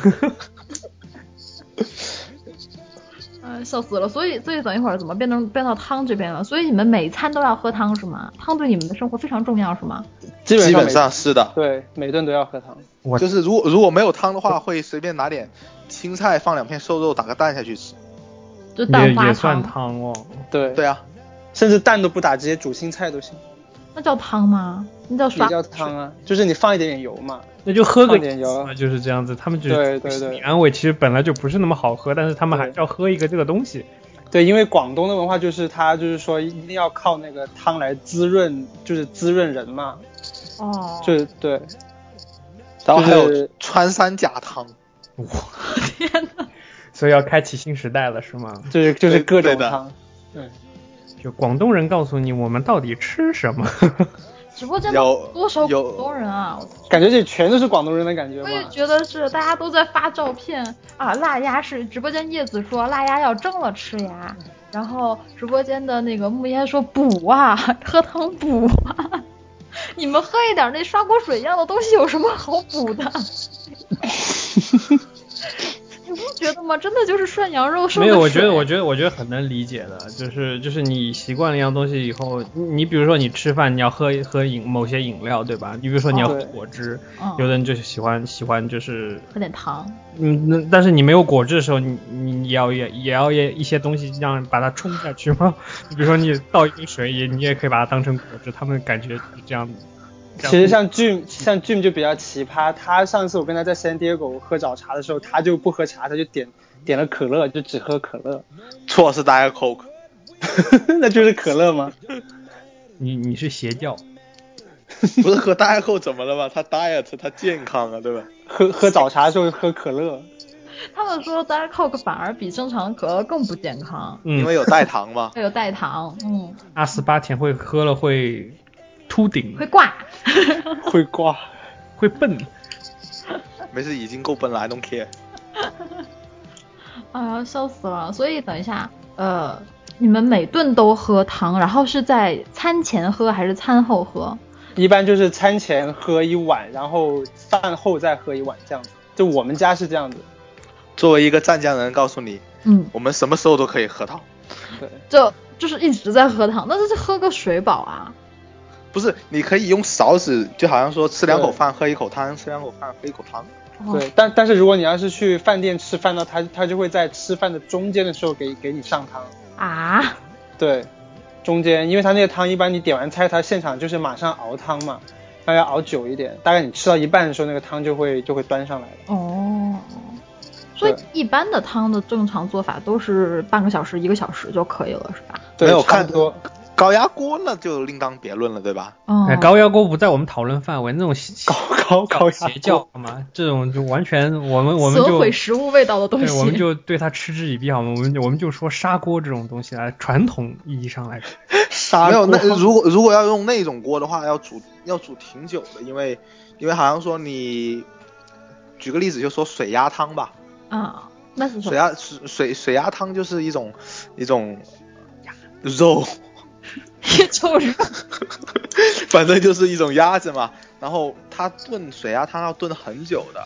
哎，笑死了！所以，所以等一会儿怎么变成变到汤这边了？所以你们每餐都要喝汤是吗？汤对你们的生活非常重要是吗？基本基上本每上是的，对每顿都要喝汤。我就是如果如果没有汤的话，会随便拿点青菜，放两片瘦肉，打个蛋下去吃。就蛋也花也算汤，汤哦。对对啊，甚至蛋都不打，直接煮青菜都行，那叫汤吗？那叫也刷叫汤啊，就是你放一点点油嘛。那就喝个放点油啊就是这样子。他们只对是对对安慰，其实本来就不是那么好喝，但是他们还是要喝一个这个东西。对，因为广东的文化就是它就是说一定要靠那个汤来滋润，就是滋润人嘛，哦，就是对，然后还就是有穿山甲汤，哇，天哪！所以要开启新时代了，是吗？就是就是对各种对的汤。对，就广东人告诉你我们到底吃什 么。直播间有多少有广东人啊！我感觉这全都是广东人的感觉我也嘛。觉得是，大家都在发照片啊。辣鸭是直播间叶子说辣鸭要蒸了吃呀，然后直播间的那个木烟说补啊，喝汤补啊。 你们喝一点那刷锅水一样的东西有什么好补的？ 你不觉得吗？真的就是涮羊肉，涮没个有，我水觉得，我觉得，我觉得很能理解的，就是就是你习惯了一样东西以后，你你比如说你吃饭你要喝喝饮某些饮料，对吧？你比如说你要喝哦对果汁，嗯有的人就是喜欢喜欢就是喝点糖。嗯，那但是你没有果汁的时候，你你你要也也要也一些东西让把它冲下去吗？ 你比如说你倒一杯水，也你也可以把它当成果汁，他们感觉是这样。这其样实像 Jim 像 Jim 就比较奇葩，他上次我跟他在 San Diego 喝早茶的时候，他就不喝茶，他就点点了可乐，就只喝可乐， 错是 Diet Coke。那就是可乐吗？你你是邪教，不是喝 Diet Coke 怎么了吗？它 diet 它健康啊，对吧？喝喝早茶的时候喝可乐，他们说 Diet Coke 反而比正常可乐更不健康，因嗯为，有代糖嘛。 它有代糖，嗯，阿斯巴甜会喝了会秃顶会，挂。会挂。会笨。没事，已经够笨了，I don't care。啊哎呀，笑死了！所以等一下，呃，你们每顿都喝汤，然后是在餐前喝还是餐后喝？一般就是餐前喝一碗，然后饭后再喝一碗这样子。就我们家是这样子，作为一个湛江人，告诉你，嗯，我们什么时候都可以喝汤。对，就就是一直在喝汤，那就是喝个水饱啊。不是，你可以用勺子，就好像说吃两口对饭喝一口汤，吃两口饭喝一口汤。哦对，但但是如果你要是去饭店吃饭呢，他他就会在吃饭的中间的时候给给你上汤。啊，对，中间，因为他那个汤一般你点完菜，他现场就是马上熬汤嘛，那要熬久一点，大概你吃到一半的时候，那个汤就会就会端上来了。哦，所以对一般的汤的正常做法都是半个小时、一个小时就可以了，是吧？对，没有差看不多。高压锅那就另当别论了，对吧？哦哎，，高压锅不在我们讨论范围，那种邪高高压邪教嘛，这种就完全我们我们损就毁食物味道的东对，西，我们就对它嗤之以鼻好吗？我们就我们就说砂锅这种东西来，传统意义上来说，砂没有，那锅如果如果要用那种锅的话，要煮要煮挺久的，因为因为好像说你，举个例子就说水鸭汤吧，啊，那是什水么？鸭水水水鸭汤就是一种一种肉，啊 就是 反正就是一种鸭子嘛。然后它炖水鸭汤要炖很久的，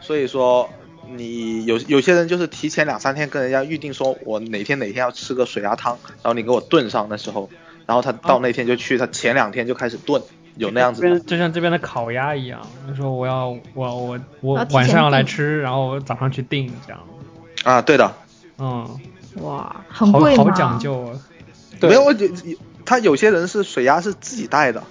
所以说你有有些人就是提前两三天跟人家预定说，我哪天哪天要吃个水鸭汤，然后你给我炖上那时候，然后他到那天就去，他前两天就开始炖， 有那样子这边的。就像这边的烤鸭一样，就说我要我我我要提前晚上来订吃，然后我早上去订这样，啊，对的，嗯，哇，很好贵吗？好讲。究啊。对没有，有有他有些人是水鸭是自己带的，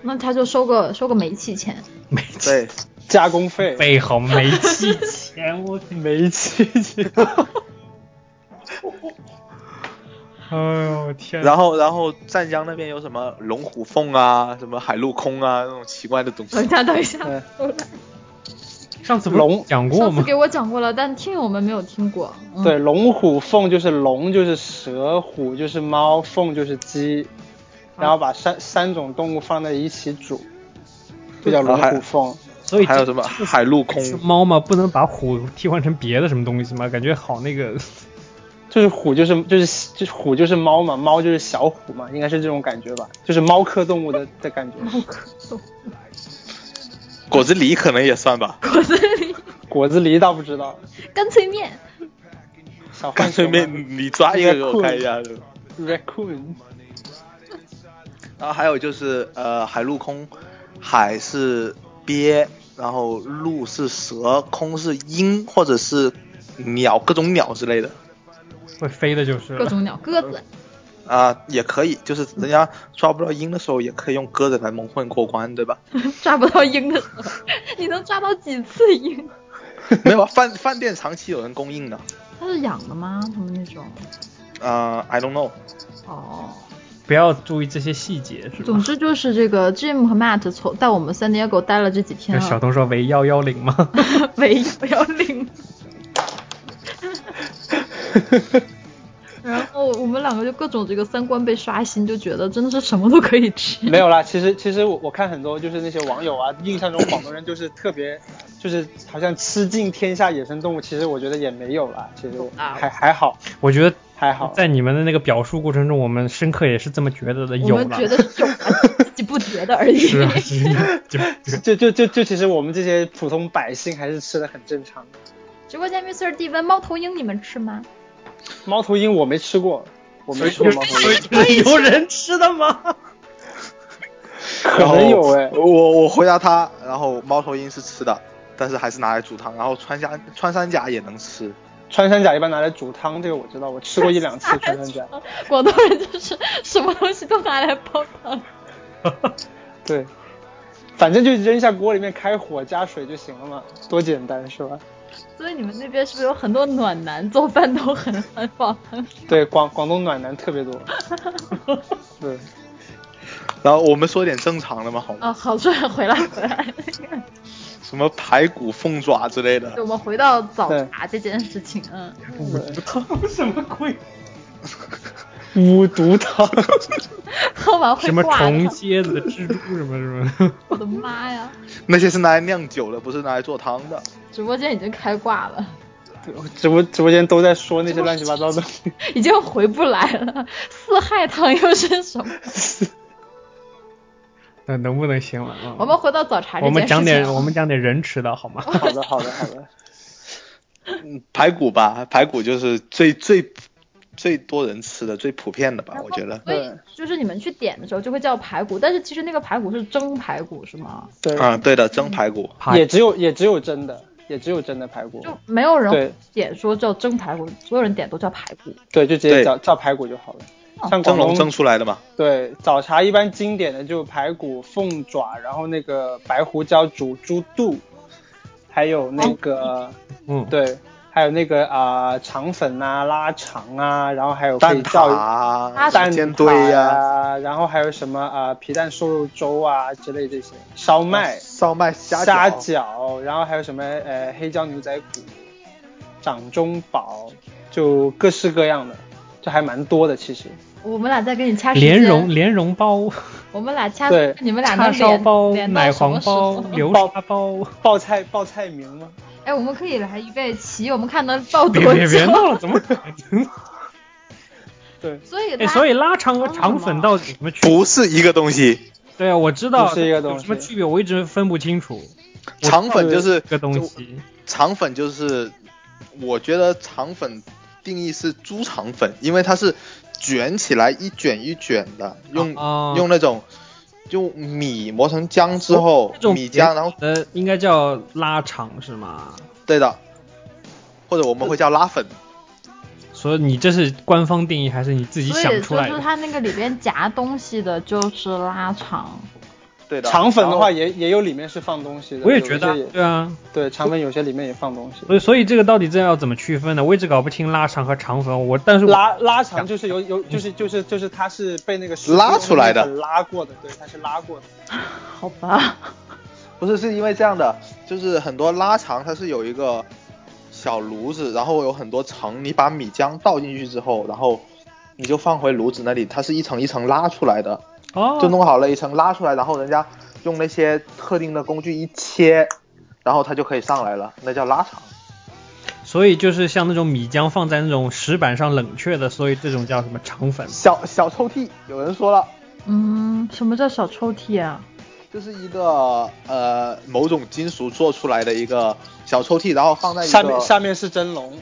那他就收个收个煤气钱，煤气对，加 工费，背好煤气钱，我煤气机。 哎呦天哪！然后然后湛江那边有什么龙虎凤啊，什么海陆空啊那种奇怪的东 西等一。下，等一下，嗯上次不是龙讲过上次吗？给我讲过了，但听友们没有听过。嗯、 对，龙虎凤就是龙就是蛇，虎就是猫，凤就是鸡，然后把三三种动物放在一起煮，啊就叫龙虎凤。所以还有什么海陆空？是猫吗？不能把虎替换成别的什么东西吗？感觉好那个。就是虎就是就是就是虎就是猫嘛，猫就是小虎嘛，应该是这种感觉吧，就是猫科动物的的感觉。果子狸可能也算 吧。果子狸、果子狸倒不知道，干脆面，小浣干脆熊吗面你抓一个给我看一下。 raccoon 然后还有就是呃，海陆空，海是鳖，然后陆是蛇，空是鹰或者是鸟，各种鸟之类的会飞的就是各了。种鸟，鸽子。 啊、也可以，就是人家抓不到鹰的时候，也可以用鸽子来蒙混过关，对 吧？抓不到鹰的时 候，你能抓到几次鹰？没有啊，饭饭店长期有人供应的。 它是养的吗？他们那种？呃，I don't know。哦，不要注意这些细节，是总吧？之就是这个 Jim 和 Matt 从在我们三 d i e 待了这几天那小 了，东说为幺幺零吗？唯一不要领。 然后我们两个就各种这个三观被刷新，就觉得真的是什么都可以 吃。没有啦，其实其实我我看很多就是那些网友啊，印象中广东人就是特别，就是好像吃尽天下野生动物，其实我觉得也没有啦，其实我啊还还好我觉得还好，在你们的那个表述过程中，我们深刻也是这么觉得的，我有们了觉得哎有啊，自己不觉得而 已。是啊，是啊就就就就就其实我们这些普通百姓还是吃的很正常的。直播间 Mr. D 问猫头鹰你们吃吗？猫头鹰我没吃过，我没吃过猫头鹰，就有人 吃的吗？可能哦有哎、我我回答他，然后猫头鹰是吃的，但是还是拿来煮汤，然后穿山穿山甲也能吃。穿山甲一般拿来煮汤，这个我知道，我吃过一两次穿山甲。 广东人就是什么东西都拿来煲汤。对，反正就扔下锅里面开火加水就行了嘛，多简单是吧？所以你们那边是不是有很多暖男做饭都很很棒？ 对，广广东暖男特 别多。对，然后我们说点正常的嘛，好吗？哦啊，好帅，回来回来。什么排骨、凤爪之类对的。 我们回到早茶这件事情，嗯，什么鬼？ 五毒 汤，喝完会什么挂虫的，蝎子、蜘蛛什么什么？我的妈呀！那些是拿来酿酒的，不是拿来做汤的。直播间已经开挂了，直播直播间都在说那些乱七八糟的。已经回不来了。四害汤又是 什么？ 那能不能行了？嗯我们回到早茶这我们件事情啊。讲点我们讲点人吃的好 吗？ 好的，好的，好的。排骨吧，排骨就是最最最多人吃的、最普遍的吧，我觉得。所以就是你们去点的时候就会叫排骨，但是其实那个排骨是蒸排骨是吗？对，啊、对的，蒸排骨。排也只有也只有真的，也只有真的排骨。就没有人对点说叫蒸排骨，所有人点都叫排骨。对，就直接对叫叫排骨就好了。像蒸广笼东蒸出来的嘛，对早茶一般经典的就排骨、凤爪，然后那个白胡椒煮猪肚，还有那个、嗯，对，还有那个啊、肠粉啊、拉肠啊，然后还有可蛋以挞叫啊、蛋煎堆挞呀、然后还有什么啊、皮蛋瘦肉粥啊之类这些，烧麦、烧麦、虾虾饺饺，然后还有什么呃黑椒牛仔骨、掌中宝，就各式各样的，这还蛮多的其实。我们俩在跟你掐时间，莲蓉莲蓉包、我们俩掐对，你们俩叉能烧连包、连到奶什么黄时候 包、流沙包。报菜报菜名吗？哎，我们可以来预备齐，我们看能报多别久。别 别闹了，怎么可能？对，所以 哎，拉所以拉 哦肠和肠粉到底有什么区别？不是一个东西，对啊，我知道不是一个东西有什么区别，我一直分不清楚。肠粉就是这个东西，肠粉就是，我觉得肠粉定义是猪肠粉，因为它是卷起来一卷一卷的，用、哦啊用那种用米磨成浆之哦后这，种米浆，然后呃，应该叫拉肠是吗？对的，或者我们会叫拉粉，所以你这是官方定义还是你自己所以想出就来是的？它那个里边夹东西的就是拉 肠，对的。肠粉的话然后，也也有里面是放东西的，我也觉得有啊一些也，对啊，对肠粉有些里面也放东西。所以所以这个到底这要怎么区分呢？我一直搞不清拉肠和肠粉，我但是我拉拉肠就是有有就是就是就是它是被那个石头拉出来的用那个拉过的，对，它是拉过的。好吧？不是是因为这样的，就是很多拉肠它是有一个小炉子，然后有很多层，你把米浆倒进去之后，然后你就放回炉子那里，它是一层一层拉出来的。哦，就弄好了一层拉出来，然后人家用那些特定的工具一切，然后它就可以上来了，那叫拉肠。所以就是像那种米浆放在那种石板上冷却的，所以这种叫什么肠粉？小小抽屉，有人说了，嗯，什么叫小抽屉啊？就是一个呃某种金属做出来的一个小抽屉，然后放在一个下面下面是蒸笼，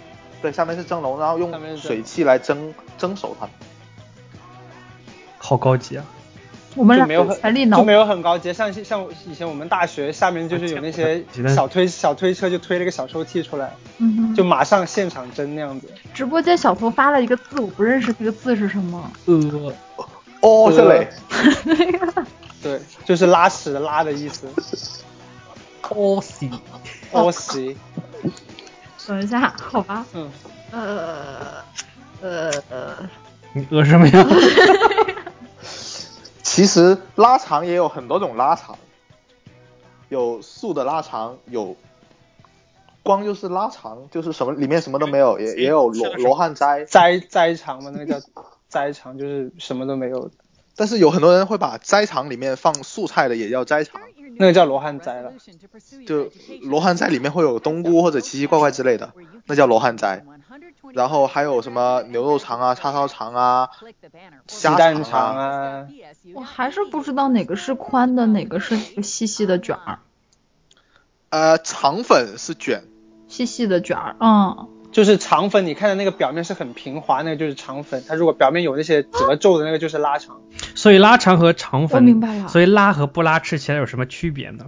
对下面是蒸笼，然后下面用是蒸水笼汽来蒸蒸熟它。好高级啊！我们就俩没有很全力脑就补没有很高级，像像以前我们大学下面就是有 那些小推小推车就推了个小抽屉出来，嗯哼就马上现场蒸那样子。直播间小头发了一个字，我不认识这个字是什么。 呃，哦，这嘞，对，就是拉屎的拉的意思。哦高级。哦西，等一下，好吧，嗯，呃，呃，呃，你饿什么呀？其实拉肠也有很多种拉肠，有素的拉肠，有光就是拉肠，就是什么里面什么都没有，也也有罗罗汉斋，斋斋肠嘛，那个叫斋肠，就是什么都没有，但是有很多人会把斋肠里面放素菜的也叫斋肠，那个叫罗汉斋了。就罗汉斋里面会有冬菇或者奇奇怪怪之类的，那叫罗汉斋。然后还有什么牛肉肠啊、叉烧肠啊、鸡虾蛋肠肠啊， 我还是不知道哪个是宽的，哪个是那个细细的卷儿，呃，肠粉是卷，细细的卷儿，嗯，就是肠粉，你看的那个表面是很平滑，那个就是肠粉。它如果表面有那些褶皱的那个就是拉肠。所以拉肠和肠粉，我明白了所以拉和不拉吃起来有什么区别呢？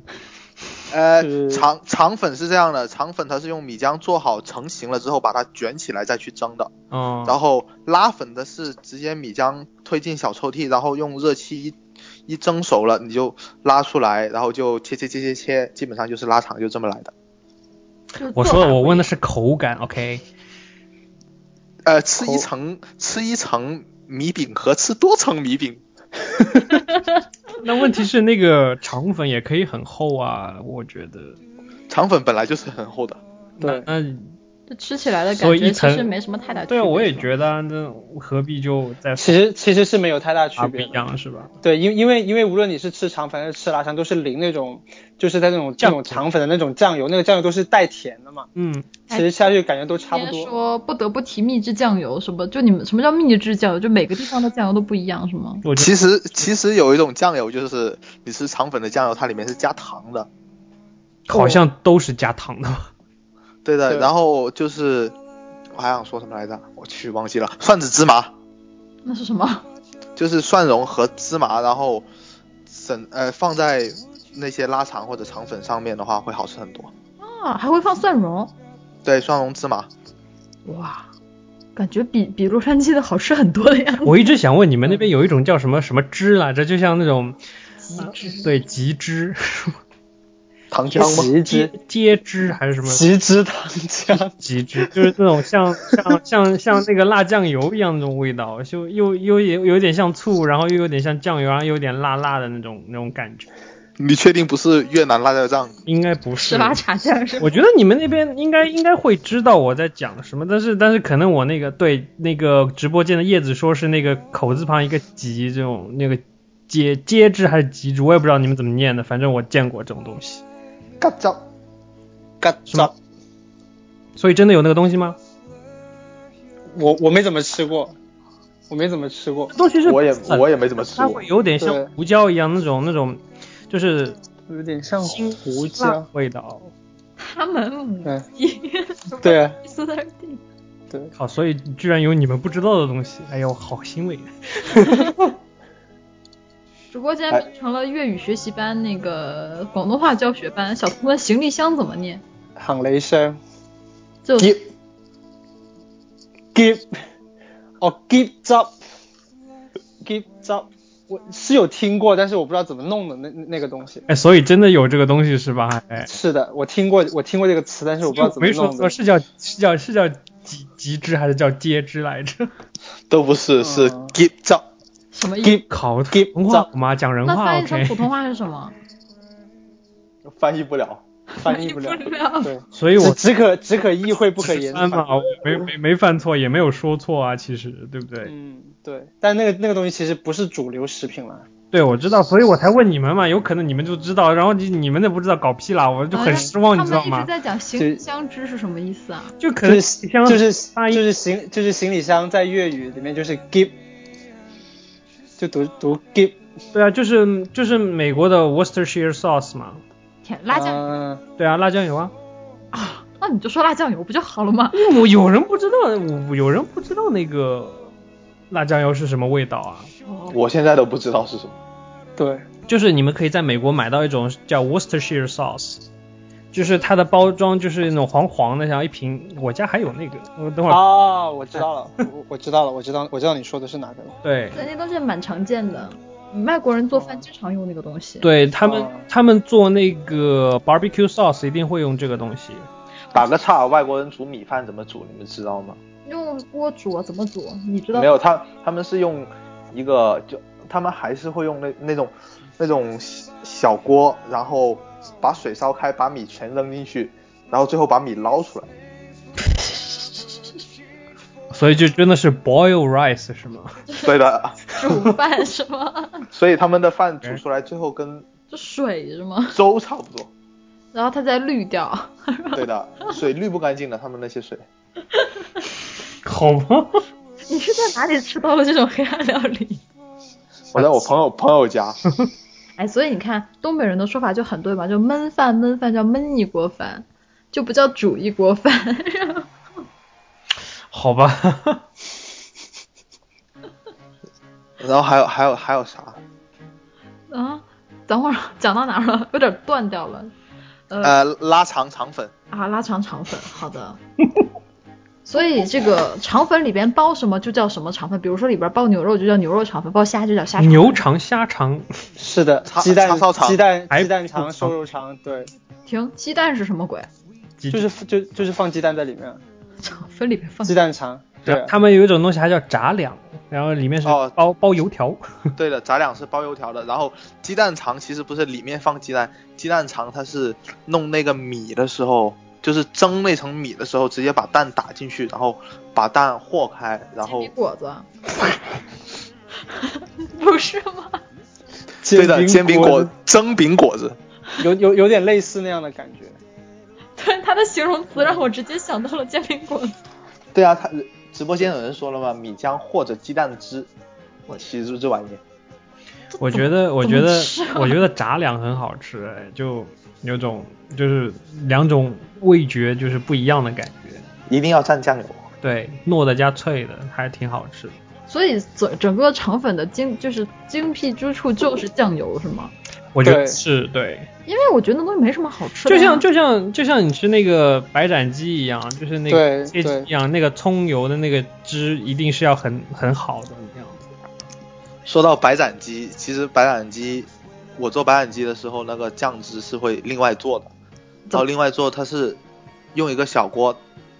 呃，是肠肠粉是这样的，肠粉它是用米浆做好成型了之后，把它卷起来再去蒸的。哦，然后拉粉的是直接米浆推进小抽屉，然后用热气一一蒸熟了，你就拉出来，然后就切切切切切，基本上就是拉肠就这么来的。就是我做说法我不一问样的是口感，OK？呃，吃一层吃一层米饼和吃多层米饼，那问题是那个肠粉也可以很厚啊，我觉得。肠粉本来就是很厚的。对，那就吃起来的感所以觉一其层实没什么太大区别。对，我也得。觉得啊那何必就在其实其实是没有太大区啊不别一的。样是吧？对，因因为因为无论你是吃肠粉还是吃腊肠，都是淋那种就是在那种这酱种肠粉的那种酱油，那个酱油都是带甜的嘛，嗯，其实下去感觉都差不先多。说不得不提秘制酱油，什么就你们什么叫秘制酱油？就每个地方的酱油都不一样，是吗？我觉其实其实有一种酱油，就是你吃肠粉的酱油，它里面是加糖的。得好像都是加糖的吧。对的，对然后就是我还想说什么来着，我去忘记了，蒜子芝麻那是什么？就是蒜蓉和芝麻，然后整呃放在那些腊肠或者肠粉上面的话，会好吃很多。啊，还会放蒜蓉，对，蒜蓉芝麻，哇，感觉比比洛杉矶的好吃很多的样子。我一直想问你们那边有一种叫什么什么汁来着，就像那种呃极致对极汁、 糖浆吗？极汁街汁还是什么极汁糖浆，极致，就是那种像像像像那个辣酱油一样那种味道，就又又有有点像醋，然后又有点像酱油，然后又有点辣辣的那种那种感觉，你确定不是越南辣椒酱？应该不是十。八茶酱是吧？我觉得你们那边应该应该会知道我在讲什么，但是但是可能我那个对那个直播间的叶子说是那个口字旁一个极这种那个接接汁还是极致，我也不知道你们怎么念的，反正我见过这种东西。嘎吱，嘎是吗吱，所以真的有那个东西吗？我我没怎么吃过，我没怎么吃过。东西是我也很我也没怎么吃它过会。有点对像胡椒一样那种那种，就是有点像辛胡辣椒，味道。他们母嗯，鸡， 对啊，苏丹地靠，所以居然有你们不知道的东西，哎呦，好欣 慰。直播间哎变成了粤语学习班，那个广东话教学班。小童的行李箱怎么念？行李箱就夾夾，哦夾汁夾汁，我是有听过，但是我不知道怎么弄的那那那个东西。哎，所以真的有这个东西是吧？哎，是的，我听过，我听过这个词，但是我不知道怎么没说弄的错，。是叫是叫是叫极极致还是叫接枝来 着？都不是，是嗯 give 酱。什么意思？ give 靠，给普通话好吗？讲人那话翻译成普，OK。通话是什么？翻译不了。翻译不了，对，所以我只只可只可意会不只可是言翻传。嘛，我没没没犯错，也没有说错啊，其实对不对？嗯，对，但那个那个东西其实不是主流食品了。对，我知道，所以我才问你们嘛，有可能你们就知道，然后你你们那不知道搞屁啦，我就很失望，啊他你知道们一吗直？在讲行李箱汁是什么意思啊？就可就能是像就是发就音是行就是行李箱在粤语里面就是 give，就读读 give，对啊，就是就是美国的 Worcestershire sauce 嘛，甜辣酱油嗯对啊，辣酱油啊，啊？那你就说辣酱油不就好了吗？ 我有人不知道，我有人不知道那个辣酱油是什么味道啊？我现在都不知道是什么。对，就是你们可以在美国买到一种叫 Worcestershire sauce，就是它的包装就是那种黄黄的，然后一瓶，我家还有那个，我等会儿、啊，我知道了，我我知道了，我知道我知道你说的是哪个了。对。那些东西蛮常见的，外国人做饭经常用那个东西。，对他们哦，他们做那个 barbecue sauce 一定会用这个东西。打个岔，外国人煮米饭怎么煮，你们知道吗？用锅煮啊？怎么煮？你知道没？有，他他们是用一个，就他们还是会用那那种那种小小锅，然后把水烧开，把米全扔进去，然后最后把米捞出来。 所以就真的是 boil rice 是吗？ 对的，煮饭是吗？ 所以他们的饭煮出来最后 跟就水是吗？粥差不多。然后它再滤掉。 对的，水滤不干净的，他们那些水。好吧，你是在哪里吃到了这种黑暗料理？ 我 在我朋友朋友家，哎，所以你看，东北人的说法就很对嘛，就焖饭，焖饭叫焖一锅饭，就不叫煮一锅饭。 好吧，然后还有还有还有啥？啊，等会儿讲到哪儿了？有点断掉了。呃，拉肠肠粉，啊，拉肠肠粉，好的。所以这个肠粉里边包什么就叫什么肠粉，比如说里边包牛肉就叫牛肉肠粉，包虾就叫虾肠粉。牛肠、虾肠，是的，叉鸡蛋叉烧肠鸡蛋还鸡蛋不肠、错瘦肉肠，对，停，鸡蛋是什么鬼？就是就就是放鸡蛋在里面，啊肠粉里边放鸡蛋肠，对，啊他们有一种东西还叫炸两，然后里面是哦包、包油条。对的，咱俩是包油条的。然后鸡蛋肠其实不是里面放鸡蛋，鸡蛋肠它是弄那个米的时候，就是蒸那层米的时候，直接把蛋打进去，然后把蛋和开，然后煎饼果子，啊 不是吗？ 对的煎饼果果蒸饼果子，有有有点类似那样的感觉。对，他的形容词让我直接想到了煎饼果子。对啊，他直播间有人说了嘛，米浆或者鸡蛋汁，我其实这玩意我觉得，我怎觉么得吃啊， 我觉得杂粮很好吃，哎就有种就是两种味觉就是不一样的感觉。一定要蘸酱油。对，糯的加脆的还挺好吃的。所以整整个肠粉的精就是精辟之处就是酱油是吗？我觉得对是对，因为我觉得那东西没什么好吃的啊就呀，像就像就像你吃那个白斩鸡一样，就是那个对切鸡对一样，那个葱油的那个汁一定是要很很好的那样子。说到白斩鸡，其实白斩鸡，我做白斩鸡的时候，那个酱汁是会另外做的，然后另外做它是用一个小锅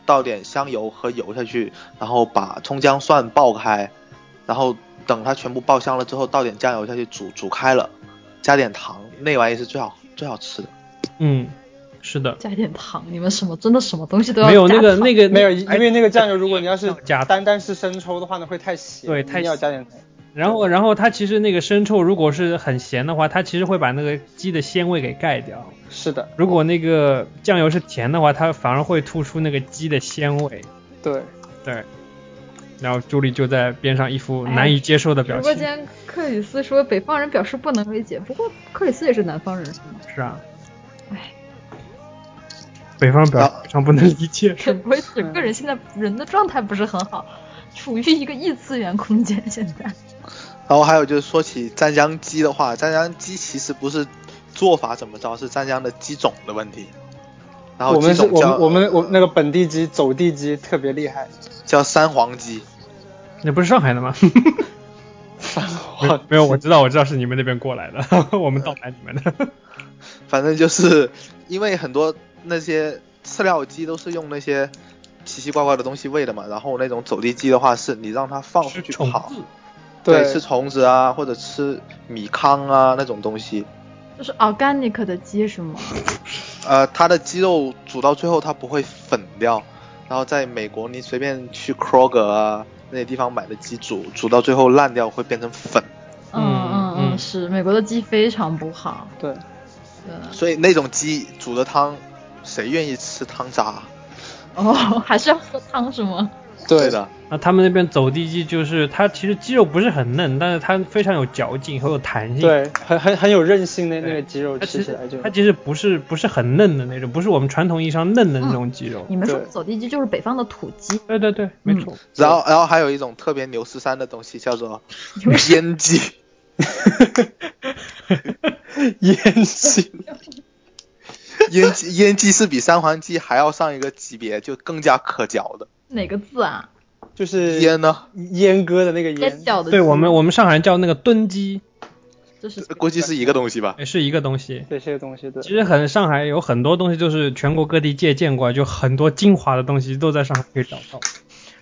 倒点香油和油下去，然后把葱姜蒜爆开，然后等它全部爆香了之后，倒点酱油下去煮，煮开了，加点糖，那玩意是最好最好吃的。嗯，是的，加点糖，你们什么真的什么东西都要没有那个加糖那个没有，哎因为那个酱油，如果你要是加单单是生抽的话呢，会太咸，对太一定要加点糖。然后，然后它其实那个生抽如果是很咸的话，它其实会把那个鸡的鲜味给盖掉。是的，如果那个酱油是甜的话，它反而会突出那个鸡的鲜味。对，对。然后朱莉就在边上一副哎难以接受的表直播情。间克里斯说北方人表示不能理解，不过克里斯也是南方人是吗？是啊，哎，北方表然非常不能理解。只不过整个人现在人的状态不是很好，处于一个异次元空间现在。然后还有就是说起湛江鸡的话，湛江鸡其实不是做法怎么着，是湛江的鸡种的问题。然后我鸡们是种我叫们我们我那个本地鸡走地鸡特别厉 害，叫三黄鸡，那不是上海 的吗？没有，我知道，我知道是你们那边过来的， 我们盗版你们的。反正就是因为很多那些饲料鸡都是用那些奇奇怪怪的东西喂的嘛，然后那种走地鸡的话，是你让它放出是去虫跑子，，对，对吃虫子啊，或者吃米糠啊那种东西。就是 organic 的鸡是吗？呃，它的鸡肉煮到最后它不会粉掉，然后在美国你随便去 Kroger 啊那些地方买的鸡煮，煮到最后烂掉会变成粉，嗯嗯嗯嗯，是美国的鸡非常不好。对，对，所以那种鸡煮的汤，谁愿意吃汤渣？哦，还是要喝汤是吗？对的， 那他们那边走地鸡就是它其实鸡肉不是很嫩，但是它非常有嚼劲，很有弹性。对，很很很有韧性的那个鸡肉它吃其起来就实它其实不是不是很嫩的那种，不是我们传统意义上嫩的那种鸡肉。你们说的对走地鸡就是北方的土鸡，嗯对对对，没错。然后，然后还有一种特别牛十三的东西叫做腌 鸡， 腌鸡，腌鸡腌鸡是比三黄鸡还要上一个级别，就更加可嚼的。哪个字啊？就是腌呢，阉割的那个在腌，小的鸡，对我们我们上海人叫那个炖鸡，就是估计是一个东西吧。也是一个东西。这些东西对其。实很上海有很多东西都是全国各地借鉴过来，就很多精华的东西都在上海可以找到。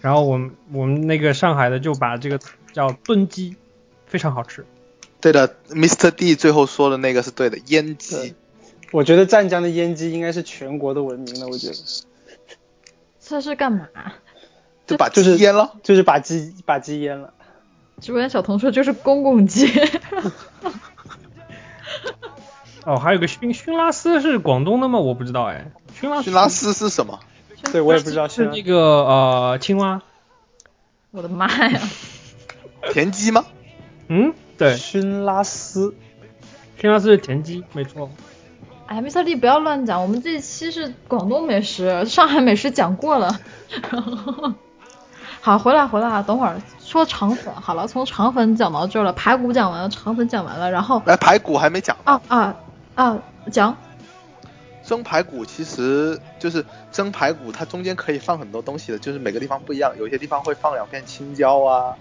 然后我们我们那个上海的就把这个叫炖鸡，非常好吃。对的，Mr. D 最后说的那个是对的，腌鸡对。我觉得湛江的腌鸡应该是全国都闻名的，我觉得这是干嘛？就把就鸡是腌了。就是把鸡把鸡腌了，直播间小童说就是公公鸡， 哦，还有个熏熏拉丝是广东的吗？我不知道哎。熏拉熏丝拉丝是什么？对我也不知道是是那个呃青蛙，我的妈呀！田鸡吗？嗯，对，熏拉丝，熏拉丝是田鸡，没错。哎，Mr. D 不要乱讲，我们这一期是广东美食，上海美食讲过了。 然后好，回来回来啊，等会儿说肠粉好了，从肠粉讲到这儿了，排骨讲完了，肠粉讲完了，然后哎，排骨还没讲。啊啊啊讲，蒸排骨其实就是蒸排骨，它中间可以放很多东西的，就是每个地方不一样，有些地方会放两片青椒啊，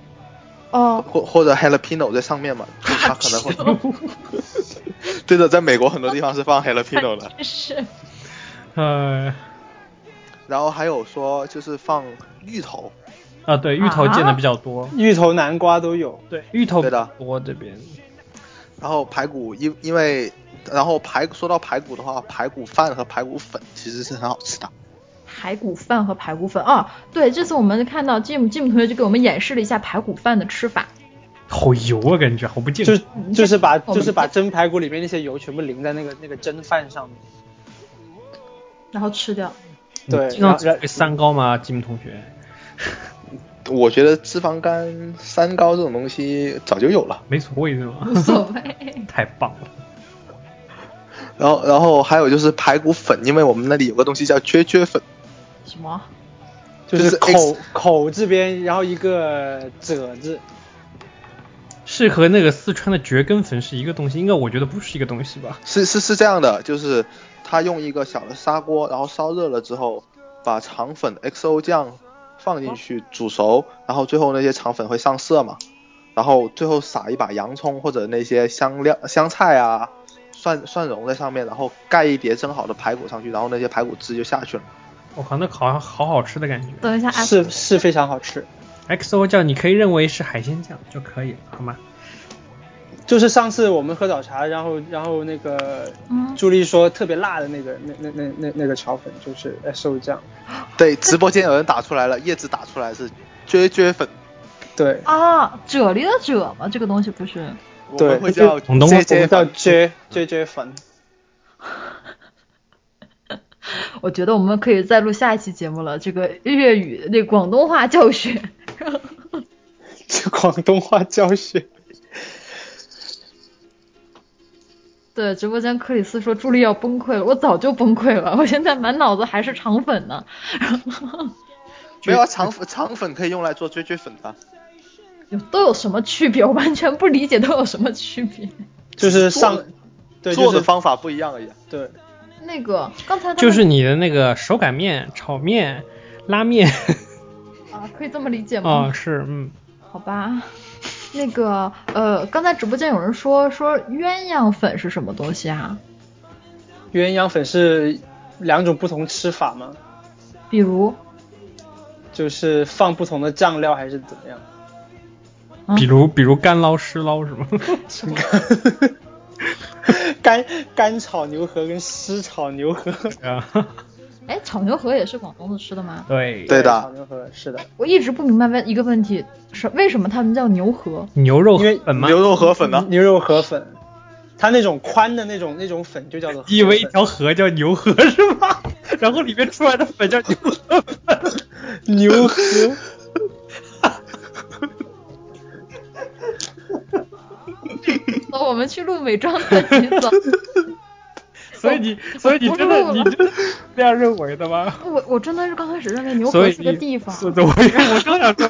哦，或或者 jalapeno 在上面嘛，就是它可能会。 对的，在美国很多地方是放 jalapeno 的，是呃然后还有说就是放芋头，啊对，芋头见的比较多。芋头、南瓜都有。对，芋头对的比较多这边。然后排骨因因为然后排说到排骨的话，排骨饭和排骨粉其实是很好吃的。排骨饭和排骨粉啊，对，这次我们看到 Jim Jim 同学就给我们演示了一下排骨饭的吃法，好油啊，感觉好不健就康是。就是把我们就是把蒸排骨里面那些油全部淋在那个那个蒸饭上面。然后吃掉。对，经然常后然吃三高吗，吉姆同学？我觉得脂肪肝、三高这种东西早就有了。没所谓是吗？嗯无所谓。 太棒了！然后，然后还有就是排骨粉，因为我们那里有个东西叫撅撅粉，什么？就就是是口 X- 口这边，然后一个褶字，是和那个四川的蕨根粉是一个东西，应该我觉得不是一个东西吧？是是是这样的，就是它用一个小的砂锅，然后烧热了之后，把肠粉、XO 酱放进去煮熟，然后最后那些肠粉会上色嘛，然后最后撒一把洋葱或者那些香料、香菜啊、蒜蒜蓉在上面，然后盖一碟蒸好的排骨上去，然后那些排骨汁就下去了。我靠，那烤好好吃的感觉。等一下，啊是是非常好吃。 XO 酱你可以认为是海鲜酱就可以了，好吗？就是上次我们喝早茶，然后然后那个嗯朱莉说特别辣的那个那那那那那个炒粉，就是呃瘦酱，对，直播间有人打出来了，叶子打出来是撅撅粉，对，啊，啫喱的啫嘛，这个东西不是我对们会叫广东话 JJ 我们粉叫撅撅撅粉。 我觉得我们可以再录下一期节目了，这个粤语那广东话教学。这广东话教学，对，直播间克里斯说朱莉要崩溃了，我早就崩溃了，我现在满脑子还是肠粉呢。 没有啊，肠粉肠粉可以用来做撅撅粉的，有都有什么区别？我完全不理解都有什么区别。就是上，对，做就的是方法不一样而已。啊对，那个刚才他们就是你的那个手擀面、炒面、拉面啊，可以这么 理解吗？啊、是嗯，好吧，那个呃，刚才直播间有人说说鸳鸯粉是什么东西啊？鸳鸯粉是两种不同吃法吗？比如，就是放不同的酱料还是怎 么样？啊比如比如干捞湿捞是吗？干干炒牛河跟湿炒牛河，对啊，哎，炒牛河也是广东的吃的 吗？对，对炒的，牛河是的，我一直不明白问一个问题，是为什么他们叫 牛河？牛肉因为粉吗？牛肉河粉呢？牛肉河粉，它那种宽的那种那种粉就叫做河你以为一粉条河叫牛河是 吗？然后里面出来的粉叫牛河粉，牛哦河，走，哦我们去录美妆专辑走。所以你所以你真不的录了你真的是这样认为的吗？我我真的是刚开始认为牛所河以是个地方。是的，我我刚想说，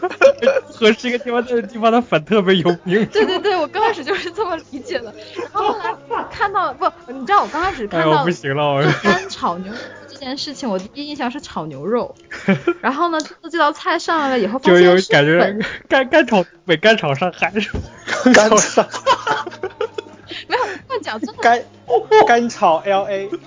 河是一个地方，这个地方的粉特别有名。 对对对，我刚开始就是这么理解的。然后后来看到不，你知道我刚开始看哎到、呦，不行了，我就干炒牛肉这件事情，我第一印象是炒牛肉。 然后呢，这这道菜上来以后，发就有现是感觉 粉，干干炒北干炒上海是吧？干 没有这么讲，真的，干干炒 L A，我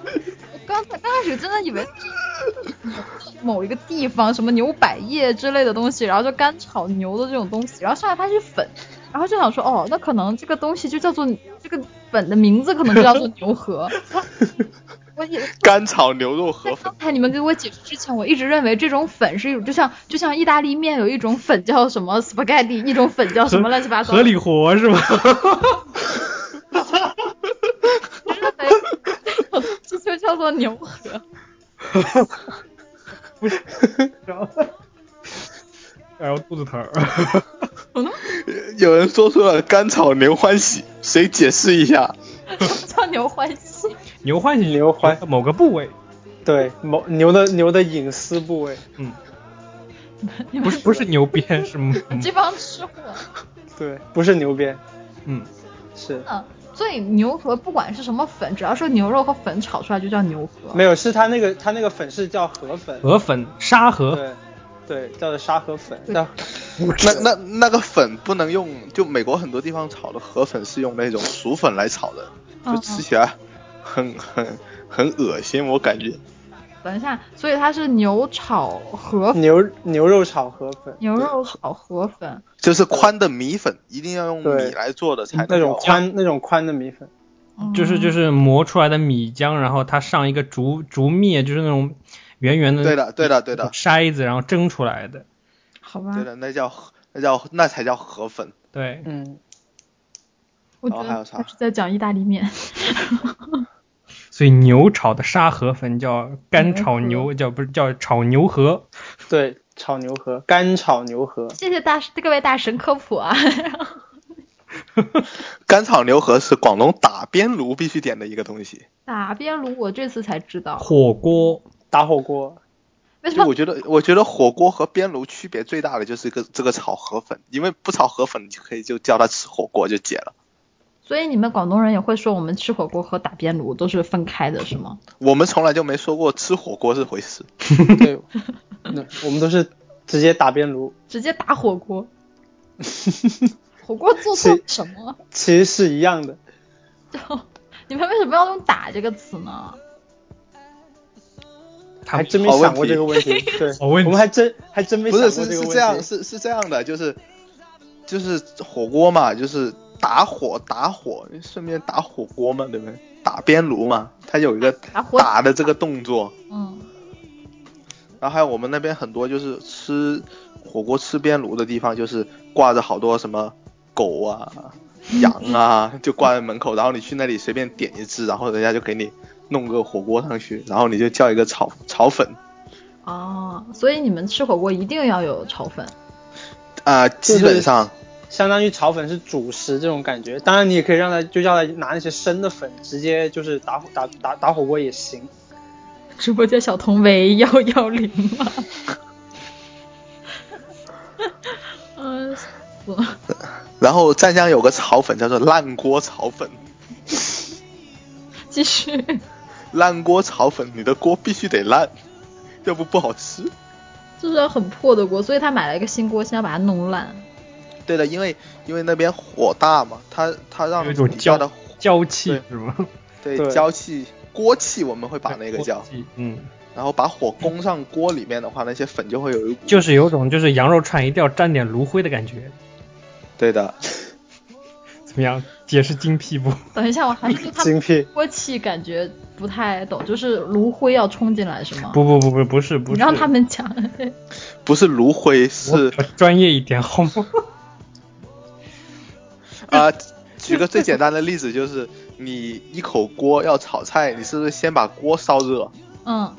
刚才刚开始真的以为是某一个地方什么牛百叶之类的东西，然后就干炒牛的这种东西，然后上来发现是粉，然后就想说，哦，那可能这个东西就叫做这个粉的名字，可能就叫做牛河。 我也干炒牛 肉河粉刚，才你们给我解释之前，我一直认为这种粉是一种，就像就像意大利面有一种粉叫什么 spaghetti，一种粉叫什么乱七八糟的。合理活是吧？我认为这种东西就叫做牛河。哎呦，肚子 疼。有人说出了干炒牛欢喜，谁解释一下？叫牛欢喜，牛欢喜牛欢某个部位，对，某牛的牛的隐私部位，嗯，你 不们是不是牛鞭，是 嗯这帮吃货。对，不是牛鞭，嗯，是嗯，所以牛河不管是什么粉，只要是牛肉和粉炒出来就叫牛河。没有，是它那个它那个粉是叫河粉，河粉沙河对对，叫做沙河粉，对叫那那那个粉不能用，就美国很多地方炒的河粉是用那种薯粉来炒的，嗯就吃起来很很很恶心，我感觉。等一下，所以它是牛炒河嗯粉，牛牛肉炒河粉，牛肉炒河粉。就是宽的米粉，一定要用对米来做的才能那种叫宽那种宽的米粉，嗯就是就是磨出来的米浆，然后它上一个竹竹篾，就是那种圆圆的对的，对的，对的，筛子，然后蒸出来的。好吧对，的，那叫河那叫那才叫河粉。对，嗯，我觉然后还得有啥他是在讲意大利面。 所以牛炒的沙河粉叫干炒牛牛，叫不是叫炒牛河。对，炒牛河，干炒牛河，谢谢大各位大神科普啊！ 干炒牛河是广东打边炉必须点的一个东西。打边炉，我这次才知道火锅打火锅，为什就么我觉得，我觉得火锅和边炉区别最大的就是一个这个炒河粉，因为不炒河粉，你就可以就叫他吃火锅就解了。所以你们广东人也会说我们吃火锅和打边炉都是分开的，是吗？我们从来就没说过吃火锅是回事。对，那我们都是直接打边炉，直接打火锅，火锅做错了什么？其实是一样的。就你们为什么要用“打”这个词呢？他还真没好问想过题这个问题，对，好我问们还真还真没不想过是这是个问题。是这样是是这样的，就是就是火锅嘛，就是打火打火，顺便打火锅嘛，对不对？打边炉嘛，它有一个打火打的这个动作。嗯，然后还有我们那边很多就是吃火锅吃边炉的地方，就是挂着好多什么 狗啊、羊啊，就挂在门口，然后你去那里随便点一只，然后人家就给你弄个火锅上去，然后你就叫一个炒炒粉哦，所以你们吃火锅一定要有炒粉。啊、就是基本上相当于炒粉是主食这种感觉。当然，你也可以让他就叫他拿那些生的粉，直接就是打火打打打火锅也 行。直播间小童为幺幺零吗？ 嗯，死了然后湛江有个炒粉叫做烂锅炒粉，继续。烂锅炒粉，你的锅必须得烂，要不不好吃。就是很破的锅，所以他买了一个新锅，现在把它弄烂。对的，因为因为那边火大嘛，它它让有一种底下焦的火焦气对是吗？对对焦气锅气，我们会把那个叫，嗯，然后把火攻上锅里面的话，那些粉就会有一股就是有种就是羊肉串一定要沾点炉灰的感觉。对的，怎么样？解释精辟不？等一下，我还是对他精辟，锅气感觉不太懂，就是炉灰要冲进来是吗？不不不不不是不你是，让他们讲。不是炉灰我是比较专业一点好吗？ 啊、举个最简单的例子就是，你一口锅要炒菜，你是不是先把锅烧热？嗯，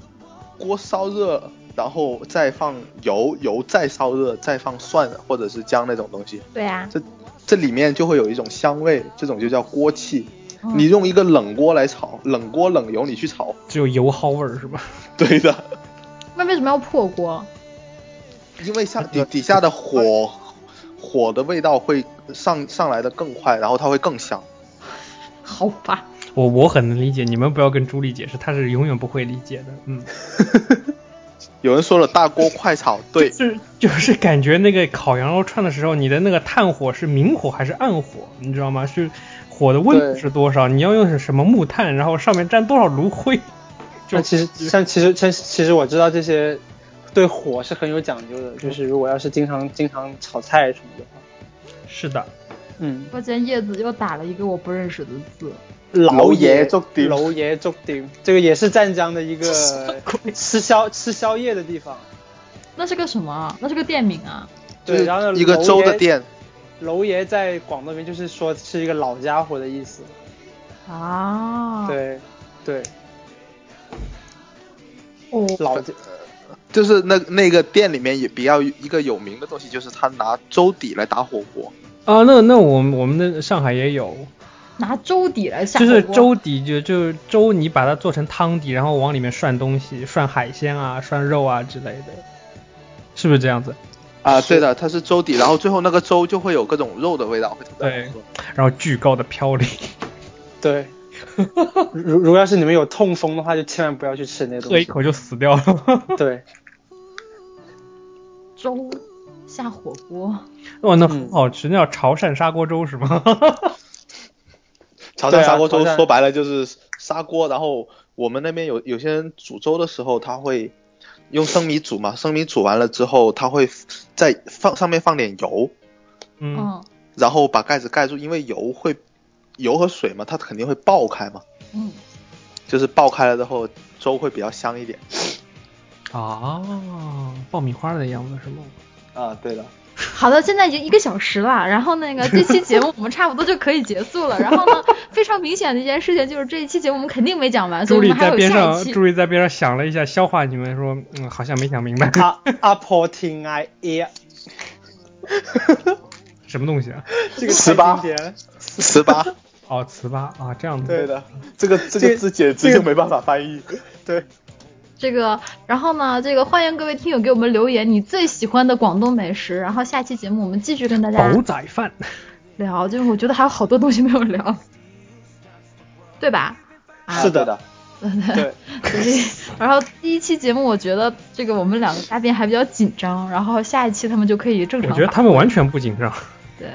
锅烧热，然后再放油，油再烧热，再放蒜或者是姜那种东西，对啊。这这里面就会有一种香味，这种就叫锅气。嗯你用一个冷锅来炒，冷锅冷油你去炒，只有油蒿味儿是吧？对的，那为什么要破锅？因为下底底下的火火的味道会上上来的更快，然后它会更香。好吧，我我很能理解，你们不要跟朱莉解释，她是永远不会理解的。嗯，有人说了大锅快炒，对，就是就是感觉那个烤羊肉串的时候，你的那个炭火是明火还是暗火，你知道吗？是火的温度对是多少？你要用是什么木炭，然后上面沾多少炉灰？就但其实像其实像其实我知道这些对火是很有讲究嗯的，就是如果要是经常经常炒菜什么的话，是的，嗯，我今天叶子又打了一个我不认识的字，老爷爷粥店老爷粥店，这个也是湛江的一个吃宵吃宵夜的地方。那是个什么？那是个店名啊。就是对，然后一个粥的，店，楼爷在广东那边就是说是一个老家伙的意思。哦啊，，对，对，哦，老家就是那那个店里面也比较一个有名的东西，就是他拿粥底来打火锅。啊，那那我们我们的上海也有，拿粥底来下就是火锅粥底就就是粥，你把它做成汤底，然后往里面涮东西，涮海鲜啊，涮肉啊之类的，是不是这样子？啊，对的，它是粥底，然后最后那个粥就会有各种肉的味道，会特别好喝。然后巨高的嘌呤，对。 如如果要是你们有痛风的话，就千万不要去吃那喝东一西。口就死掉了。 对，粥下火锅，哇，那很好吃，那叫潮汕砂锅粥是吗？ 潮对汕啊砂锅粥潮汕说白了就是砂锅，然后我们那边有有些人煮粥的时候，他会用生米煮嘛，生米煮完了之后，他会在放上面放点油，嗯，嗯，然后把盖子盖住，因为油会油和水嘛，它肯定会爆开嘛，嗯，就是爆开了之后粥会比较香一点。哦，爆米花的样子是吗？啊，对了，好的，现在已经一个小时了，然后那个这期节目我们差不多就可以结束了。然后呢，非常明显的一件事情就是这一期节目我们肯定没讲完，啊朱所以我莉们还在有边下上一，期。朱莉在边上想了一下，消化你们说，嗯，好像没想明白 阿啊阿婆听 I A，什么东西啊。这个十八太经典了糍粑，哦，糍粑啊，这样子。对对的，的， 这个这这个字简直就没办法翻译。对，这个，然后呢，这个欢迎各位听友给我们留言你最喜欢的广东美食。然后下期节目我们继续跟大家煲仔饭， 聊，就是我觉得还有好多东西没有聊，对吧？啊 是的的，对，然后第一期节目，我觉得这个我们两个嘉宾还比较紧张，然后下一期他们就可以正我常发觉挥。得他们完全不紧张，对，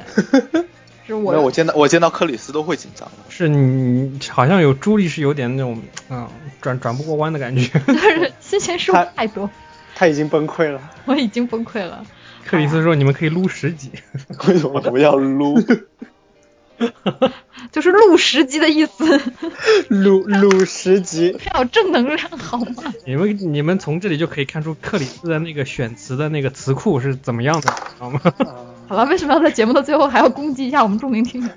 就是没我有，我见到我见到克里斯都会紧张的。是你好像有朱莉是有点那种嗯转转不过弯的感觉， 就是心情失误他太多，他已经崩溃了。我已经崩溃了。克里斯说：“你们可以撸十集， 为 什么不要撸？就是录十集的意思， 鲁鲁十级，要有正能量好吗？你们你们从这里就可以看出克里斯的那个选词的那个词库是怎么样的，知道吗？ 好了，为什么要在节目的最后还要攻击一下我们著名听友？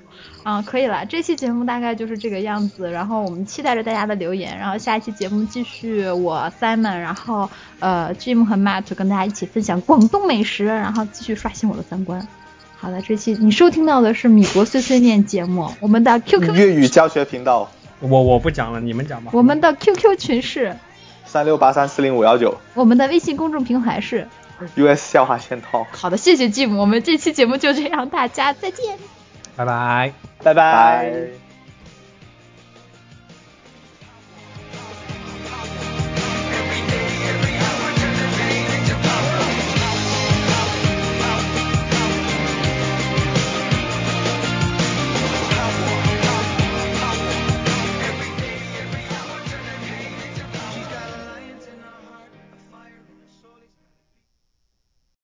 啊，可以了，这期节目大概就是这个样子，然后我们期待着大家的留言，然后下一期节目继续我 Simon，然后呃 Jim 和 Matt 跟大家一起分享广东美食，然后继续刷新我的三观。好了，这期你收听到的是米国碎碎念节目，我们的 QQ 粤语教学频道我我不讲了，你们讲吧。我们的 QQ 群是，三六八三四零五幺九我们的微信公众平台是。 US 笑话线 talk，好的，谢谢 Jim，我们这期节目就这样，大家再见。拜拜。”拜拜。拜。